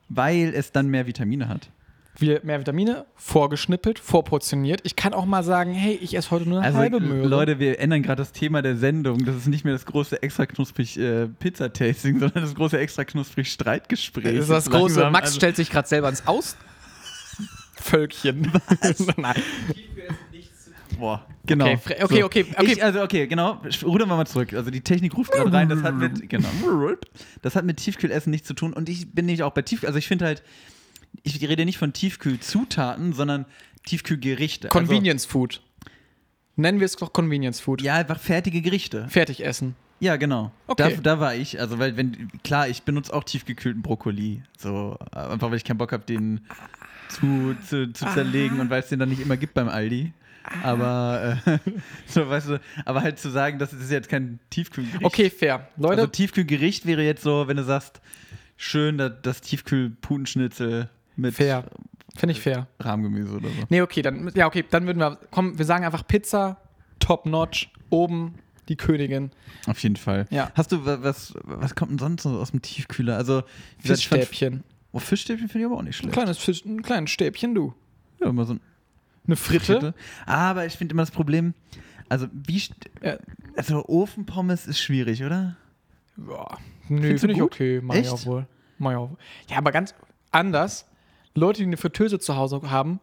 Speaker 1: weil es dann mehr Vitamine hat.
Speaker 2: Wir mehr Vitamine, vorgeschnippelt, vorportioniert. Ich kann auch mal sagen, hey, ich esse heute nur eine
Speaker 1: Also,
Speaker 2: halbe Möhre.
Speaker 1: Leute, wir ändern gerade das Thema der Sendung. Das ist nicht mehr das große extra knusprig äh, Pizza-Tasting, sondern das große extra knusprig Streitgespräch.
Speaker 2: das ist das
Speaker 1: Jetzt
Speaker 2: große.
Speaker 1: langsam.
Speaker 2: Max
Speaker 1: Also-
Speaker 2: stellt sich gerade selber ins Aus. Also Völkchen. Nein.
Speaker 1: Boah, genau.
Speaker 2: Okay, Fre- okay, okay, okay.
Speaker 1: Ich, also, okay, genau. Rudern wir mal zurück. Also, die Technik ruft gerade rein. Das hat mit, genau. Das hat mit Tiefkühlessen nichts zu tun. Und ich bin nämlich auch bei Tiefkühl. Also, ich finde halt, ich rede nicht von Tiefkühlzutaten, sondern Tiefkühlgerichte. Also,
Speaker 2: Convenience Food. Nennen wir es doch Convenience Food.
Speaker 1: Also, ja, einfach fertige Gerichte.
Speaker 2: Fertig essen.
Speaker 1: Ja, genau.
Speaker 2: Okay.
Speaker 1: Da, da war ich. Also, weil, wenn, klar, ich benutze auch tiefgekühlten Brokkoli. So, einfach weil ich keinen Bock habe, den zu, zu, zu zerlegen und weil es den dann nicht immer gibt beim Aldi. Aber, äh, so, weißt du, aber halt zu sagen, das ist jetzt kein Tiefkühlgericht.
Speaker 2: Okay, fair. Leute,
Speaker 1: Also, Tiefkühlgericht wäre jetzt so, wenn du sagst, schön das, das Tiefkühlputenschnitzel mit
Speaker 2: fair. Finde ich fair.
Speaker 1: Rahmgemüse oder so.
Speaker 2: Nee, okay, dann, ja, okay, dann würden wir, komm, wir sagen einfach Pizza, top notch, oben die Königin.
Speaker 1: Auf jeden Fall.
Speaker 2: Ja.
Speaker 1: Hast du wa- was, was kommt denn sonst so aus dem Tiefkühler? Also, wie gesagt, ich fand-
Speaker 2: Fischstäbchen.
Speaker 1: Oh, Fischstäbchen finde ich aber auch nicht
Speaker 2: Ein
Speaker 1: schlecht.
Speaker 2: kleines, Fisch, ein kleines Stäbchen, du.
Speaker 1: Ja, immer so ein
Speaker 2: Eine Fritte.
Speaker 1: Kette. Aber ich finde immer das Problem, also wie st-
Speaker 2: Ja.
Speaker 1: also Ofenpommes ist schwierig, oder?
Speaker 2: Boah. Nö,
Speaker 1: Findest du
Speaker 2: finde ich
Speaker 1: gut?
Speaker 2: okay. Mach ich
Speaker 1: Echt?
Speaker 2: auch wohl. Mach ich auch wohl. Ja, aber ganz anders. Leute, die eine Fritteuse zu Hause haben.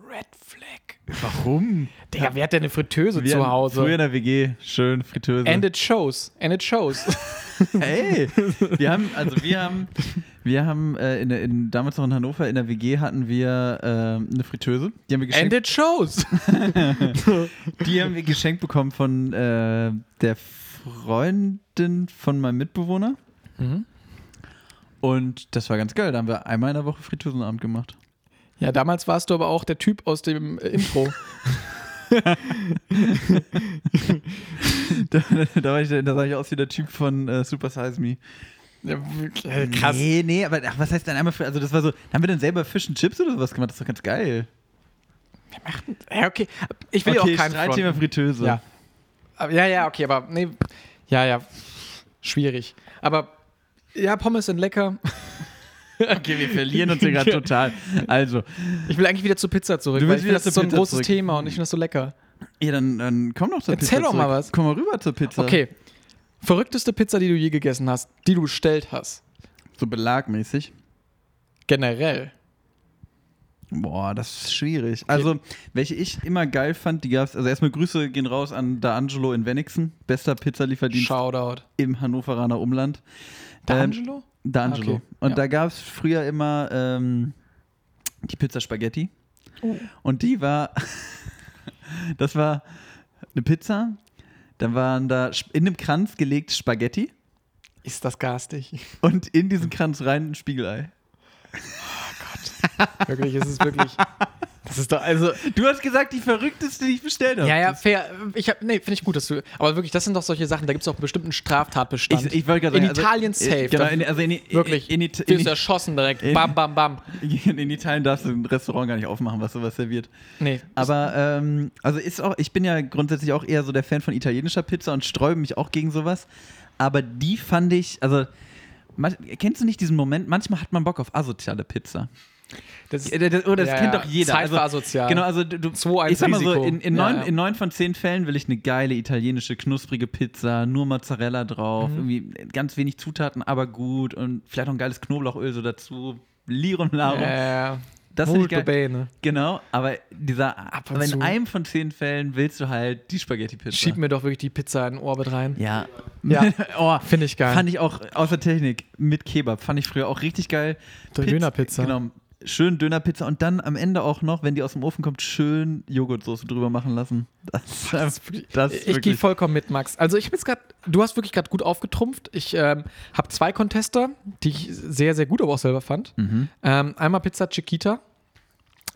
Speaker 2: Red Flag.
Speaker 1: Warum?
Speaker 2: Digga, wer hat denn eine Fritteuse
Speaker 1: Wie
Speaker 2: zu
Speaker 1: Früher in
Speaker 2: Hause?
Speaker 1: der WG, schön Fritteuse.
Speaker 2: And it shows. And it shows.
Speaker 1: Ey, wir haben also wir haben wir haben äh, in, der- in damals noch in Hannover in der WG hatten wir äh, eine Fritteuse, die haben wir
Speaker 2: And
Speaker 1: geschenkt,
Speaker 2: it shows.
Speaker 1: die haben wir geschenkt bekommen von äh, der Freundin von meinem Mitbewohner.
Speaker 2: Mhm.
Speaker 1: Und das war ganz geil. Da haben wir einmal in der Woche Fritteusenabend gemacht.
Speaker 2: Ja, damals warst du aber auch der Typ aus dem äh, Intro.
Speaker 1: da, da, war ich, da sah ich aus wie der Typ von äh, Super Size Me.
Speaker 2: Ja, äh, Krass.
Speaker 1: Nee, nee, aber ach, was heißt denn einmal für. Also, das war so. Haben wir denn selber Fisch und Chips oder sowas gemacht? Das ist doch ganz geil.
Speaker 2: Ja, okay. Ich will
Speaker 1: okay,
Speaker 2: auch keinen
Speaker 1: Streitthema
Speaker 2: fronten.
Speaker 1: Fritteuse.
Speaker 2: Ja. Aber- ja, ja, okay, aber nee. Ja, ja. Schwierig. Aber ja, Pommes sind lecker.
Speaker 1: Okay, wir verlieren uns hier gerade total. Also,
Speaker 2: Ich will eigentlich wieder zur Pizza zurück,
Speaker 1: Du
Speaker 2: weil
Speaker 1: willst
Speaker 2: ich finde,
Speaker 1: wieder
Speaker 2: das ist so
Speaker 1: zur
Speaker 2: ein
Speaker 1: Pizza
Speaker 2: großes
Speaker 1: zurück.
Speaker 2: Thema und ich finde das so lecker.
Speaker 1: ja, dann, dann komm doch zur
Speaker 2: Erzähl
Speaker 1: Pizza.
Speaker 2: doch mal
Speaker 1: zurück.
Speaker 2: was.
Speaker 1: Komm mal rüber zur Pizza.
Speaker 2: Okay. Verrückteste Pizza, die du je gegessen hast, die du bestellt hast.
Speaker 1: So belagmäßig.
Speaker 2: Generell.
Speaker 1: Boah, das ist schwierig. Also, welche ich immer geil fand, die gab es. Also, erstmal Grüße gehen raus an D'Angelo in Wenigsen. Bester Pizzalieferdienst
Speaker 2: Shoutout.
Speaker 1: im Hannoveraner Umland. Ähm,
Speaker 2: D'Angelo?
Speaker 1: D'Angelo.
Speaker 2: Okay,
Speaker 1: Und
Speaker 2: ja.
Speaker 1: da gab es früher immer ähm, die Pizza Spaghetti.
Speaker 2: Oh.
Speaker 1: Und die war, das war eine Pizza, dann waren da Sp- in einem Kranz gelegt Spaghetti
Speaker 2: Ist das garstig?
Speaker 1: und in
Speaker 2: Hm.
Speaker 1: diesen Kranz rein ein Spiegelei.
Speaker 2: wirklich, es ist wirklich. Das ist doch, also,
Speaker 1: Du hast gesagt, die verrückteste, die ich bestellt habe.
Speaker 2: Ja, ja, fair. Ich hab, nee, finde ich gut, dass du. Aber wirklich, das sind doch solche Sachen, da gibt es doch bestimmt einen Straftatbestand.
Speaker 1: Ich, ich wollte gerade
Speaker 2: in
Speaker 1: sagen,
Speaker 2: Italien
Speaker 1: also,
Speaker 2: safe.
Speaker 1: Genau,
Speaker 2: da,
Speaker 1: in, also in, in,
Speaker 2: wirklich.
Speaker 1: In, It-
Speaker 2: wirst du
Speaker 1: in,
Speaker 2: erschossen direkt.
Speaker 1: in-
Speaker 2: bam, bam, bam.
Speaker 1: in, in Italien darfst du ein Restaurant gar nicht aufmachen, was sowas serviert.
Speaker 2: Nee.
Speaker 1: Aber ähm, also ist auch, ich bin ja grundsätzlich auch eher so der Fan von italienischer Pizza und sträube mich auch gegen sowas. Aber die fand ich, also man, kennst du nicht diesen Moment? Manchmal hat man Bock auf asoziale Pizza.
Speaker 2: das ist,
Speaker 1: Äh, das- Oder das
Speaker 2: Ja,
Speaker 1: kennt
Speaker 2: ja.
Speaker 1: doch jeder.
Speaker 2: Zeit war asozial.
Speaker 1: Genau, also du, du
Speaker 2: 2-1
Speaker 1: ich sag mal so,
Speaker 2: Risiko.
Speaker 1: in, in,
Speaker 2: Ja,
Speaker 1: neun,
Speaker 2: ja.
Speaker 1: in neun von zehn Fällen will ich eine geile italienische, knusprige Pizza, nur Mozzarella drauf,
Speaker 2: Mhm.
Speaker 1: irgendwie ganz wenig Zutaten, aber gut und vielleicht noch ein geiles Knoblauchöl so dazu. Lirum Larum.
Speaker 2: äh,
Speaker 1: Das finde ich
Speaker 2: Molto
Speaker 1: geil.
Speaker 2: bene.
Speaker 1: Genau, aber dieser
Speaker 2: Ab und
Speaker 1: aber in
Speaker 2: zu.
Speaker 1: einem von zehn Fällen willst du halt die Spaghetti Pizza.
Speaker 2: Schieb mir doch wirklich die Pizza in den Orbit rein.
Speaker 1: ja.
Speaker 2: Ja.
Speaker 1: oh,
Speaker 2: Finde ich geil.
Speaker 1: Fand ich auch außer Technik mit Kebab fand ich früher auch richtig geil. Piz-
Speaker 2: Dönerpizza.
Speaker 1: Genau. Schön Dönerpizza und dann am Ende auch noch, wenn die aus dem Ofen kommt, schön Joghurtsoße drüber machen lassen. Das ist einfach- äh, das ist
Speaker 2: ich gehe
Speaker 1: wirklich-
Speaker 2: vollkommen mit, Max. Also ich habe jetzt gerade, du hast wirklich gerade gut aufgetrumpft. Ich ähm, habe zwei Contester, die ich sehr, sehr gut aber auch selber fand.
Speaker 1: Mhm.
Speaker 2: Ähm, einmal Pizza Chiquita,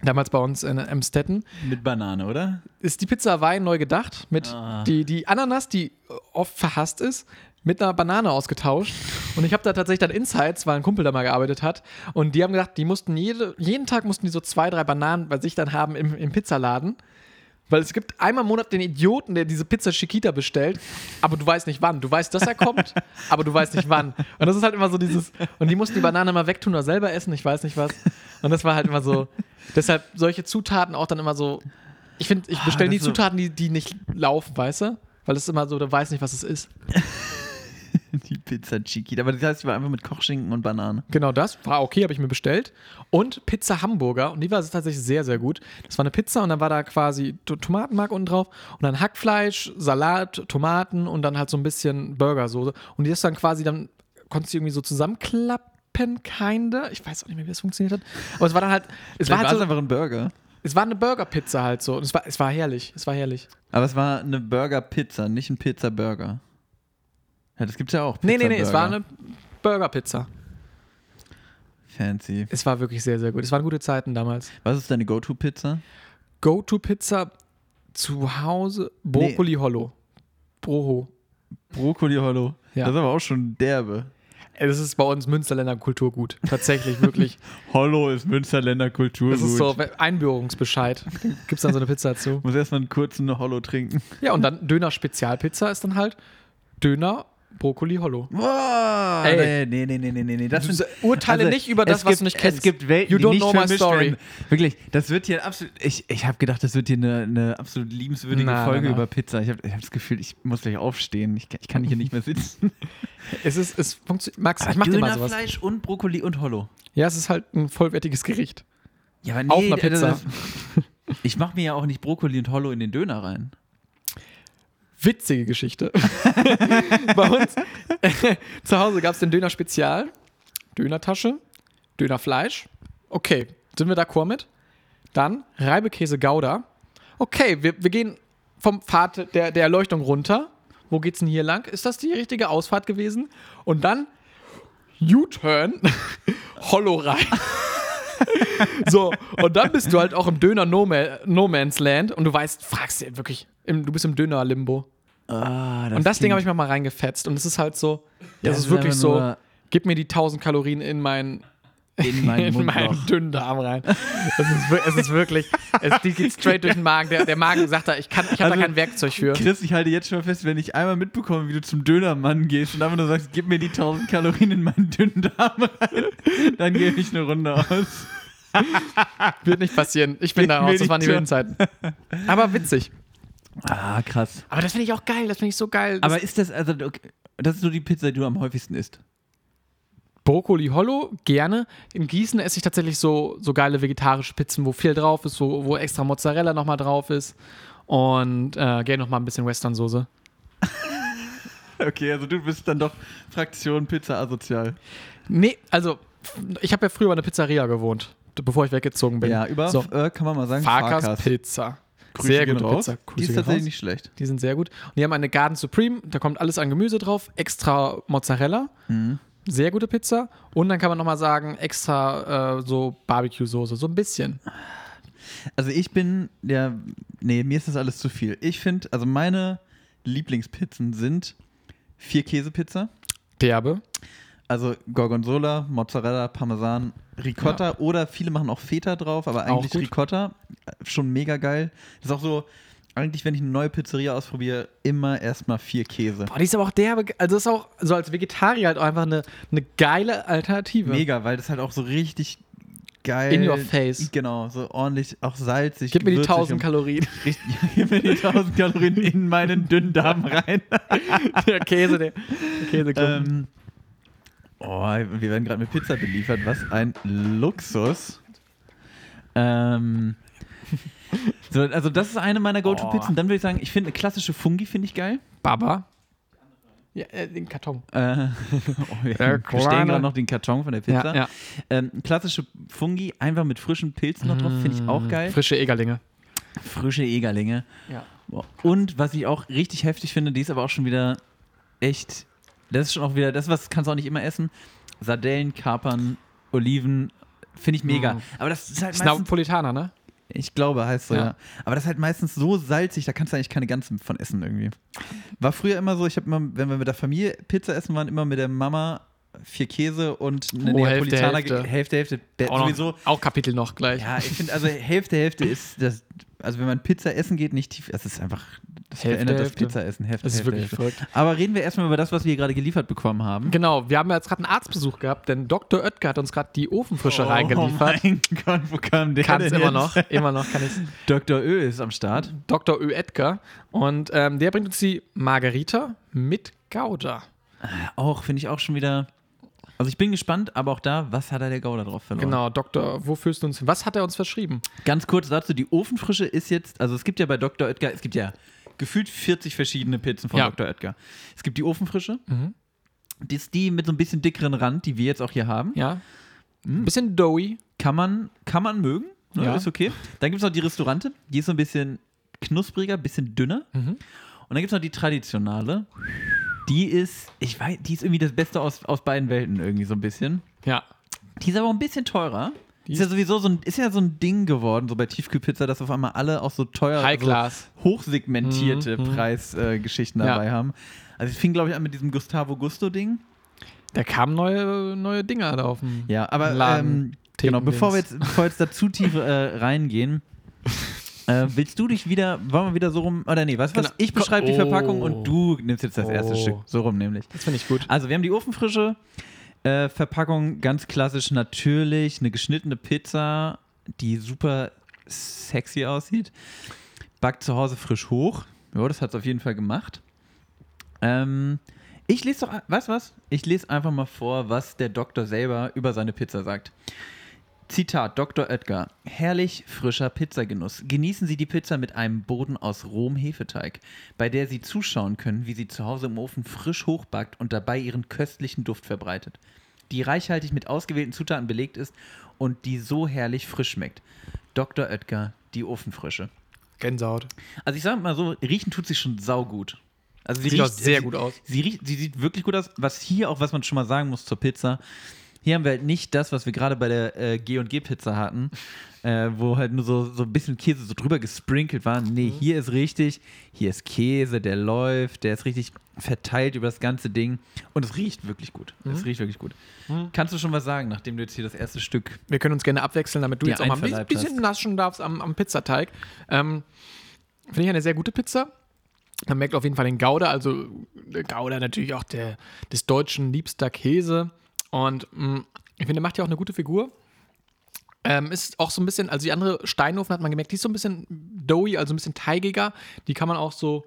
Speaker 2: damals bei uns in Emstetten.
Speaker 1: mit Banane, oder?
Speaker 2: ist die Pizza Hawaii neu gedacht mit
Speaker 1: Ah.
Speaker 2: die, die Ananas, die oft verhasst ist, mit einer Banane ausgetauscht. Und ich habe da tatsächlich dann Insights, weil ein Kumpel da mal gearbeitet hat. Und die haben gedacht, die mussten jede, jeden Tag mussten die so zwei, drei Bananen bei sich dann haben im, im Pizzaladen. Weil es gibt einmal im Monat den Idioten, der diese Pizza Chiquita bestellt, aber du weißt nicht wann. Du weißt, dass er kommt, aber du weißt nicht wann. Und das ist halt immer so dieses. Und die mussten die Banane mal wegtun oder selber essen, ich weiß nicht was. Und das war halt immer so. Deshalb solche Zutaten auch dann immer so. Ich finde, ich bestelle
Speaker 1: Ah, das
Speaker 2: nie
Speaker 1: ist so-
Speaker 2: Zutaten, die, die nicht laufen, weißt du? Weil das ist immer so, du weißt nicht, was es ist.
Speaker 1: Die Pizza Chiquita, aber das heißt, die war einfach mit Kochschinken und Banane.
Speaker 2: Genau das war okay, habe ich mir bestellt. Und Pizza Hamburger. Und die war tatsächlich sehr, sehr gut. Das war eine Pizza und dann war da quasi T- Tomatenmark unten drauf und dann Hackfleisch, Salat, Tomaten und dann halt so ein bisschen Burgersoße. Und die ist dann quasi, dann konntest du irgendwie so zusammenklappen, kinder. Ich weiß auch nicht mehr, wie das funktioniert hat. Aber es war dann halt, es war
Speaker 1: Vielleicht
Speaker 2: halt so,
Speaker 1: einfach ein Burger.
Speaker 2: es war eine Burgerpizza halt so. Und es war, es war herrlich, es war herrlich.
Speaker 1: Aber es war eine Burger Pizza, nicht ein Pizza Burger. Ja, das gibt's ja auch.
Speaker 2: Nee, nee, nee,
Speaker 1: Pizza
Speaker 2: es war
Speaker 1: Burger.
Speaker 2: eine Burgerpizza.
Speaker 1: fancy.
Speaker 2: Es war wirklich sehr, sehr gut. Es waren gute Zeiten damals.
Speaker 1: Was ist deine Go-to Pizza?
Speaker 2: Go-To-Pizza zu Hause.
Speaker 1: Nee.
Speaker 2: Brokkoli Hollow. Broho.
Speaker 1: Brokkoli Hollow.
Speaker 2: Ja.
Speaker 1: Das ist aber auch schon derbe.
Speaker 2: Ey, Das ist bei uns Münsterländer Kulturgut. Tatsächlich, wirklich.
Speaker 1: Hollow ist Münsterländer Kultur.
Speaker 2: Das ist so Einbürgerungsbescheid. Gibt es dann so eine Pizza dazu.
Speaker 1: Muss erstmal einen kurzen Hollow trinken.
Speaker 2: Ja, und dann Döner-Spezialpizza ist dann halt Döner Brokkoli Hollow.
Speaker 1: Boah,
Speaker 2: Ey.
Speaker 1: nee, nee, nee, nee, nee, nee. Das also
Speaker 2: Du urteile nicht über das,
Speaker 1: es
Speaker 2: was
Speaker 1: gibt,
Speaker 2: du nicht kennst.
Speaker 1: Es gibt Welten,
Speaker 2: You don't
Speaker 1: die nicht
Speaker 2: know my
Speaker 1: vermischt
Speaker 2: story.
Speaker 1: werden. Wirklich, das wird hier absolut. Ich, ich habe gedacht, das wird hier eine, eine absolut liebenswürdige
Speaker 2: Na, na,
Speaker 1: Folge
Speaker 2: na.
Speaker 1: über Pizza. Ich habe ich hab das Gefühl, ich muss gleich aufstehen. Ich, kann- ich kann hier nicht mehr sitzen.
Speaker 2: Es ist, es funktioniert. Max, ich mach dir mal sowas.
Speaker 1: Dönerfleisch und Brokkoli und Hollow.
Speaker 2: Ja, es ist halt ein vollwertiges Gericht.
Speaker 1: Ja, aber nee,
Speaker 2: Auf einer
Speaker 1: das-
Speaker 2: Pizza.
Speaker 1: Ich mache mir ja auch nicht Brokkoli und Hollow in den Döner rein.
Speaker 2: Witzige Geschichte. Bei uns zu Hause gab es den Döner Spezial, Dönertasche, Dönerfleisch. Okay, sind wir d'accord mit? Dann Reibekäse Gouda. Okay, wir, wir gehen vom Pfad der, der Erleuchtung runter. Wo geht's denn hier lang? Ist das die richtige Ausfahrt gewesen? Und dann U-Turn, Hollow rein. So, und dann bist du halt auch im Döner No, Ma no Man's Land und du weißt, fragst dir wirklich, im, du bist im Döner Limbo.
Speaker 1: Ah,
Speaker 2: Und das Ding
Speaker 1: klingt-
Speaker 2: habe ich mir mal reingefetzt und es ist halt so,
Speaker 1: Ja,
Speaker 2: das
Speaker 1: es
Speaker 2: ist wirklich
Speaker 1: einfach
Speaker 2: so,
Speaker 1: nur
Speaker 2: Gib mir die 1000 Kalorien in meinen
Speaker 1: In meinen
Speaker 2: in
Speaker 1: Mund
Speaker 2: meinen
Speaker 1: noch.
Speaker 2: dünnen Darm rein. Es ist, wir- es ist wirklich, es, die geht straight durch den Magen. Der, der Magen sagt da, ich, kann- ich habe
Speaker 1: Also,
Speaker 2: da kein Werkzeug für.
Speaker 1: Chris, ich halte jetzt schon mal fest, wenn ich einmal mitbekomme, wie du zum Dönermann gehst und einfach nur sagst, gib mir die 1000 Kalorien in meinen dünnen Darm rein, dann gebe ich eine Runde aus.
Speaker 2: Wird nicht passieren. Ich bin da raus. Das waren die
Speaker 1: Meditieren.
Speaker 2: wilden Zeiten. Aber witzig.
Speaker 1: Ah, krass.
Speaker 2: Aber das finde ich auch geil. Das finde ich so geil. Das
Speaker 1: Aber ist das, also, okay, das ist so die Pizza, die du am häufigsten isst?
Speaker 2: Brokkoli Hollow gerne. In Gießen esse ich tatsächlich so, so geile vegetarische Pizzen, wo viel drauf ist, wo, wo extra Mozzarella nochmal drauf ist. Und äh, gerne nochmal ein bisschen Western-Soße.
Speaker 1: Okay, also du bist dann doch Fraktion Pizza asozial.
Speaker 2: Nee, also ich habe ja früher bei einer Pizzeria gewohnt, bevor ich weggezogen bin.
Speaker 1: Ja, über,
Speaker 2: so,
Speaker 1: äh, kann man mal sagen,
Speaker 2: Farkas
Speaker 1: Farkas.
Speaker 2: Pizza.
Speaker 1: Grüße
Speaker 2: sehr
Speaker 1: gehen
Speaker 2: gute
Speaker 1: raus.
Speaker 2: Pizza.
Speaker 1: Die
Speaker 2: Grüße
Speaker 1: ist
Speaker 2: gehen
Speaker 1: tatsächlich
Speaker 2: raus.
Speaker 1: nicht schlecht.
Speaker 2: Die sind sehr gut. Und die haben eine Garden Supreme, da kommt alles an Gemüse drauf, extra Mozzarella,
Speaker 1: Mhm.
Speaker 2: sehr gute Pizza. Und dann kann man nochmal sagen, extra äh, so Barbecue-Soße, so ein bisschen.
Speaker 1: Also ich bin, ja, nee, mir ist das alles zu viel. Ich finde, also meine Lieblingspizzen sind vier Käsepizza,
Speaker 2: Derbe.
Speaker 1: also Gorgonzola, Mozzarella, Parmesan, Ricotta oder viele machen auch Feta drauf, aber
Speaker 2: Auch
Speaker 1: eigentlich
Speaker 2: gut.
Speaker 1: Ricotta, äh, schon mega geil. Ist auch so, eigentlich, wenn ich eine neue Pizzeria ausprobiere, immer erstmal vier Käse.
Speaker 2: Boah, die ist aber auch derbe. Also ist auch so als Vegetarier halt auch einfach eine, eine geile Alternative.
Speaker 1: Mega, weil das halt auch so richtig geil.
Speaker 2: In your face.
Speaker 1: Genau, so ordentlich, auch salzig.
Speaker 2: Gib mir die
Speaker 1: würzig
Speaker 2: 1000
Speaker 1: und
Speaker 2: Kalorien.
Speaker 1: richtig- Gib mir die 1000 Kalorien in meinen dünnen Darm rein.
Speaker 2: der Käse, der, der Käseklumpen.
Speaker 1: Ähm, oh, wir werden gerade mit Pizza beliefert. Was ein Luxus. Ähm, so, also das ist eine meiner Go-To-Pizzen. Dann würde ich sagen, ich finde eine klassische Fungi finde ich geil.
Speaker 2: Baba. Ja, äh, den Karton.
Speaker 1: Äh, oh, wir wir
Speaker 2: Der
Speaker 1: stehen
Speaker 2: kleine-
Speaker 1: gerade noch den Karton von der Pizza. Ähm, klassische Fungi, einfach mit frischen Pilzen noch drauf, finde ich
Speaker 2: Mm.
Speaker 1: auch geil.
Speaker 2: Frische Egerlinge.
Speaker 1: Frische Egerlinge.
Speaker 2: Ja.
Speaker 1: Boah. Und was ich auch richtig heftig finde, die ist aber auch schon wieder echt. Das ist schon auch wieder, das was kannst du auch nicht immer essen. Sardellen, Kapern, Oliven, finde ich mega.
Speaker 2: Mm.
Speaker 1: Aber das ist halt
Speaker 2: Ist
Speaker 1: meistens,
Speaker 2: Napolitaner, ne?
Speaker 1: ich glaube, heißt so, ja.
Speaker 2: Ja.
Speaker 1: Aber das ist halt meistens so salzig, da kannst du eigentlich keine ganzen von essen irgendwie. War früher immer so, ich habe immer, wenn wir mit der Familie Pizza essen waren, immer mit der Mama vier Käse und eine
Speaker 2: Oh, Hälfte,
Speaker 1: Neapolitaner,
Speaker 2: Hälfte.
Speaker 1: ge- Hälfte, Hälfte. Be-
Speaker 2: Auch,
Speaker 1: sowieso,
Speaker 2: noch, auch Kapitel noch gleich.
Speaker 1: ja, ich finde, also Hälfte, Hälfte ist das. Also, wenn man Pizza essen geht, nicht tief. Das ist einfach. Das
Speaker 2: Hälfte,
Speaker 1: verändert das
Speaker 2: Hälfte.
Speaker 1: Pizzaessen. Hälfte,
Speaker 2: Das ist
Speaker 1: Hälfte,
Speaker 2: wirklich
Speaker 1: Hälfte.
Speaker 2: verrückt.
Speaker 1: Aber reden wir erstmal über das, was wir hier gerade geliefert bekommen haben.
Speaker 2: Genau, wir haben ja jetzt gerade einen Arztbesuch gehabt, denn Dr. Oetker hat uns gerade die Ofenfrische reingeliefert.
Speaker 1: Oh mein Gott, wo kam der
Speaker 2: Kann es
Speaker 1: denn
Speaker 2: immer
Speaker 1: jetzt?
Speaker 2: noch, immer noch kann ich
Speaker 1: Dr. Ö ist am Start.
Speaker 2: Dr. Oetker. Und ähm, der bringt uns die Margarita mit Gouda.
Speaker 1: Auch, finde ich auch schon wieder. Also, ich bin gespannt, aber auch da, was hat er der Gouda drauf verloren?
Speaker 2: Genau, Doktor, wo führst du uns hin? Was hat er uns verschrieben?
Speaker 1: Ganz kurz dazu: Die Ofenfrische ist jetzt. Also, es gibt ja bei Dr. Oetker, es gibt ja gefühlt 40 verschiedene Pizzen von
Speaker 2: Ja.
Speaker 1: Dr. Oetker. Es gibt die Ofenfrische.
Speaker 2: Mhm.
Speaker 1: Die ist die mit so ein bisschen dickeren Rand, die wir jetzt auch hier haben.
Speaker 2: Ja.
Speaker 1: Hm.
Speaker 2: Ein bisschen doughy.
Speaker 1: Kann man, kann man mögen, ne?
Speaker 2: Ja.
Speaker 1: ist okay. Dann gibt es noch die Restaurante, die ist so ein bisschen knuspriger, bisschen dünner.
Speaker 2: Mhm.
Speaker 1: Und dann gibt es noch die traditionale. Die ist, ich weiß, die ist irgendwie das Beste aus, aus beiden Welten irgendwie so ein bisschen.
Speaker 2: Ja.
Speaker 1: Die ist aber auch ein bisschen teurer.
Speaker 2: Die
Speaker 1: ist ja sowieso so ein, ist ja so ein Ding geworden, so bei Tiefkühlpizza, dass auf einmal alle auch so teuer,
Speaker 2: High
Speaker 1: so
Speaker 2: Class. Mhm,
Speaker 1: hochsegmentierte Preisgeschichten äh, Geschichten
Speaker 2: Ja.
Speaker 1: dabei haben. Also es fing, glaube ich, an mit diesem Gustavo Gusto-Ding.
Speaker 2: Da kamen neue, neue Dinger da auf dem
Speaker 1: Ja, aber ähm,
Speaker 2: Laden.
Speaker 1: genau,
Speaker 2: Thekendings.
Speaker 1: bevor wir, jetzt, bevor wir jetzt da zu tief äh, reingehen, äh, willst du dich wieder, wollen wir wieder so rum, oder nee, was, was
Speaker 2: Genau.
Speaker 1: ich beschreibe die
Speaker 2: Oh.
Speaker 1: Verpackung und du nimmst jetzt das erste
Speaker 2: Oh.
Speaker 1: Stück, so rum nämlich.
Speaker 2: Das finde ich gut.
Speaker 1: Also wir haben die ofenfrische äh, Verpackung, ganz klassisch natürlich, eine geschnittene Pizza, die super sexy aussieht, backt zu Hause frisch hoch, ja, das hat es auf jeden Fall gemacht. Ähm, ich lese doch, weißt du was? Ich lese einfach mal vor, was der Doktor selber über seine Pizza sagt. Zitat Dr. Oetker. Herrlich frischer Pizzagenuss. Genießen Sie die Pizza mit einem Boden aus rohem Hefeteig, bei der Sie zuschauen können, wie sie zu Hause im Ofen frisch hochbackt und dabei ihren köstlichen Duft verbreitet. Die reichhaltig mit ausgewählten Zutaten belegt ist und die so herrlich frisch schmeckt. Dr. Oetker, die Ofenfrische.
Speaker 2: Gänsehaut.
Speaker 1: Also ich sag mal so, riechen tut sie schon saugut. Also sie
Speaker 2: Sieht auch
Speaker 1: riecht-
Speaker 2: sehr
Speaker 1: sie,
Speaker 2: gut aus.
Speaker 1: Sie, riecht, sie sieht wirklich gut aus. Was hier auch, was man schon mal sagen muss zur Pizza, Hier haben wir halt nicht das, was wir gerade bei der äh, G&G-Pizza hatten, äh, wo halt nur so, so ein bisschen Käse so drüber gesprinkelt war.
Speaker 2: Mhm.
Speaker 1: Nee, hier ist richtig, hier ist Käse, der läuft, der ist richtig verteilt über das ganze Ding und es riecht wirklich gut.
Speaker 2: Mhm.
Speaker 1: Es riecht wirklich gut. Kannst du schon was sagen, nachdem du jetzt hier das erste Stück
Speaker 2: Wir können uns gerne abwechseln, damit du
Speaker 1: Ja,
Speaker 2: jetzt auch mal ein bi-
Speaker 1: einverleibt
Speaker 2: bisschen
Speaker 1: hast.
Speaker 2: naschen darfst am, am Pizzateig. Ähm, Finde ich eine sehr gute Pizza. Man merkt auf jeden Fall den Gouda, also der Gouda natürlich auch der, des deutschen liebster Käse. Und mh, ich finde, der macht ja auch eine gute Figur. Ähm, ist auch so ein bisschen, also die andere Steinofen hat man gemerkt, die ist so ein bisschen doughy, also ein bisschen teigiger. Die kann man auch so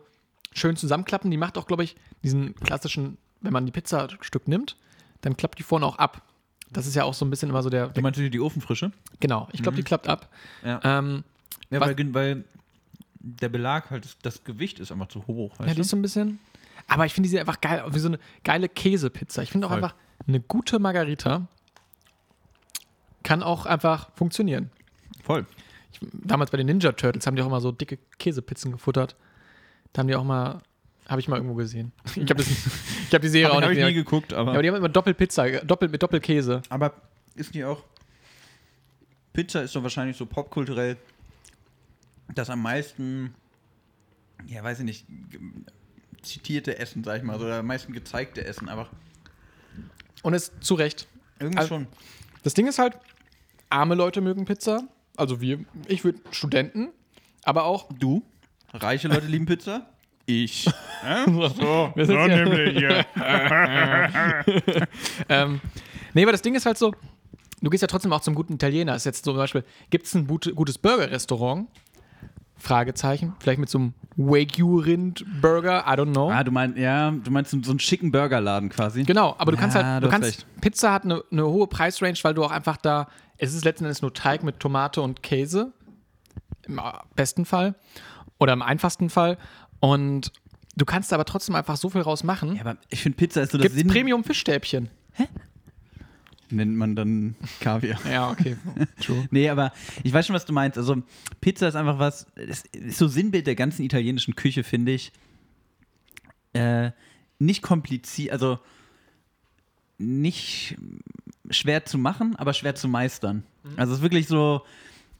Speaker 2: schön zusammenklappen. Die macht auch, glaube ich, diesen klassischen, wenn man die Pizzastück nimmt, dann klappt die vorne auch ab. Das ist ja auch so ein bisschen immer so der, der
Speaker 1: Du meinst die Ofenfrische?
Speaker 2: Genau, ich glaube, die klappt ab.
Speaker 1: Mhm. Ja.
Speaker 2: Ähm,
Speaker 1: Ja,
Speaker 2: Was-
Speaker 1: weil, weil der Belag halt, das Gewicht ist einfach zu hoch.
Speaker 2: ja,
Speaker 1: Weißt
Speaker 2: die ist so ein bisschen. Aber ich finde die sieht einfach geil, aus, wie so eine geile Käsepizza. Ich finde auch
Speaker 1: Voll.
Speaker 2: einfach eine gute Margarita kann auch einfach funktionieren.
Speaker 1: du? Voll.
Speaker 2: Ich, damals bei den Ninja Turtles haben die auch immer so dicke Käsepizzen gefuttert. Da haben die auch mal, habe ich mal irgendwo gesehen. Ich habe das- ich hab die Serie auch
Speaker 1: Habe
Speaker 2: nicht
Speaker 1: hab ich nie
Speaker 2: gesehen.
Speaker 1: geguckt,
Speaker 2: Ja,
Speaker 1: aber.
Speaker 2: aber die haben immer Doppelpizza, doppelt, mit Doppelkäse.
Speaker 1: Aber ist die auch. Pizza ist doch wahrscheinlich so popkulturell das am meisten, ja, weiß ich nicht, ge- zitierte Essen, sag ich mal, oder am meisten gezeigte Essen, aber
Speaker 2: Und ist zu Recht.
Speaker 1: irgendwie
Speaker 2: Also-
Speaker 1: schon.
Speaker 2: Das Ding ist halt, arme Leute mögen Pizza. Also wir, ich würde Studenten, aber auch
Speaker 1: Du? Reiche Leute lieben Pizza? Ich. so,
Speaker 2: Wir sind ja-
Speaker 1: nämlich hier.
Speaker 2: Ähm, nee, aber das Ding ist halt so, du gehst ja trotzdem auch zum guten Italiener. Ist jetzt zum Beispiel, gibt es ein gute, gutes Burger-Restaurant? Fragezeichen. Vielleicht mit so einem Wagyu-Rind-Burger, I don't know.
Speaker 1: Ah, du meinst, ja, du meinst so so einen schicken Burgerladen quasi.
Speaker 2: Genau, aber du kannst
Speaker 1: Ja,
Speaker 2: halt,
Speaker 1: du
Speaker 2: du
Speaker 1: hast
Speaker 2: kannst,
Speaker 1: recht.
Speaker 2: Pizza hat eine, eine hohe Preisrange, weil du auch einfach da, es ist letzten Endes nur Teig mit Tomate und Käse, im besten Fall oder im einfachsten Fall und du kannst da aber trotzdem einfach so viel raus machen.
Speaker 1: Ja, aber ich finde Pizza ist so das
Speaker 2: Gibt's
Speaker 1: Sinn.
Speaker 2: Premium-Fischstäbchen?
Speaker 1: Nennt man dann Kaviar.
Speaker 2: Ja, okay. True.
Speaker 1: Nee, aber ich weiß schon, was du meinst. Also Pizza ist einfach was, das ist so Sinnbild der ganzen italienischen Küche, finde ich. Äh, nicht kompliziert, also nicht schwer zu machen, aber schwer zu meistern.
Speaker 2: Mhm.
Speaker 1: Also es ist wirklich so,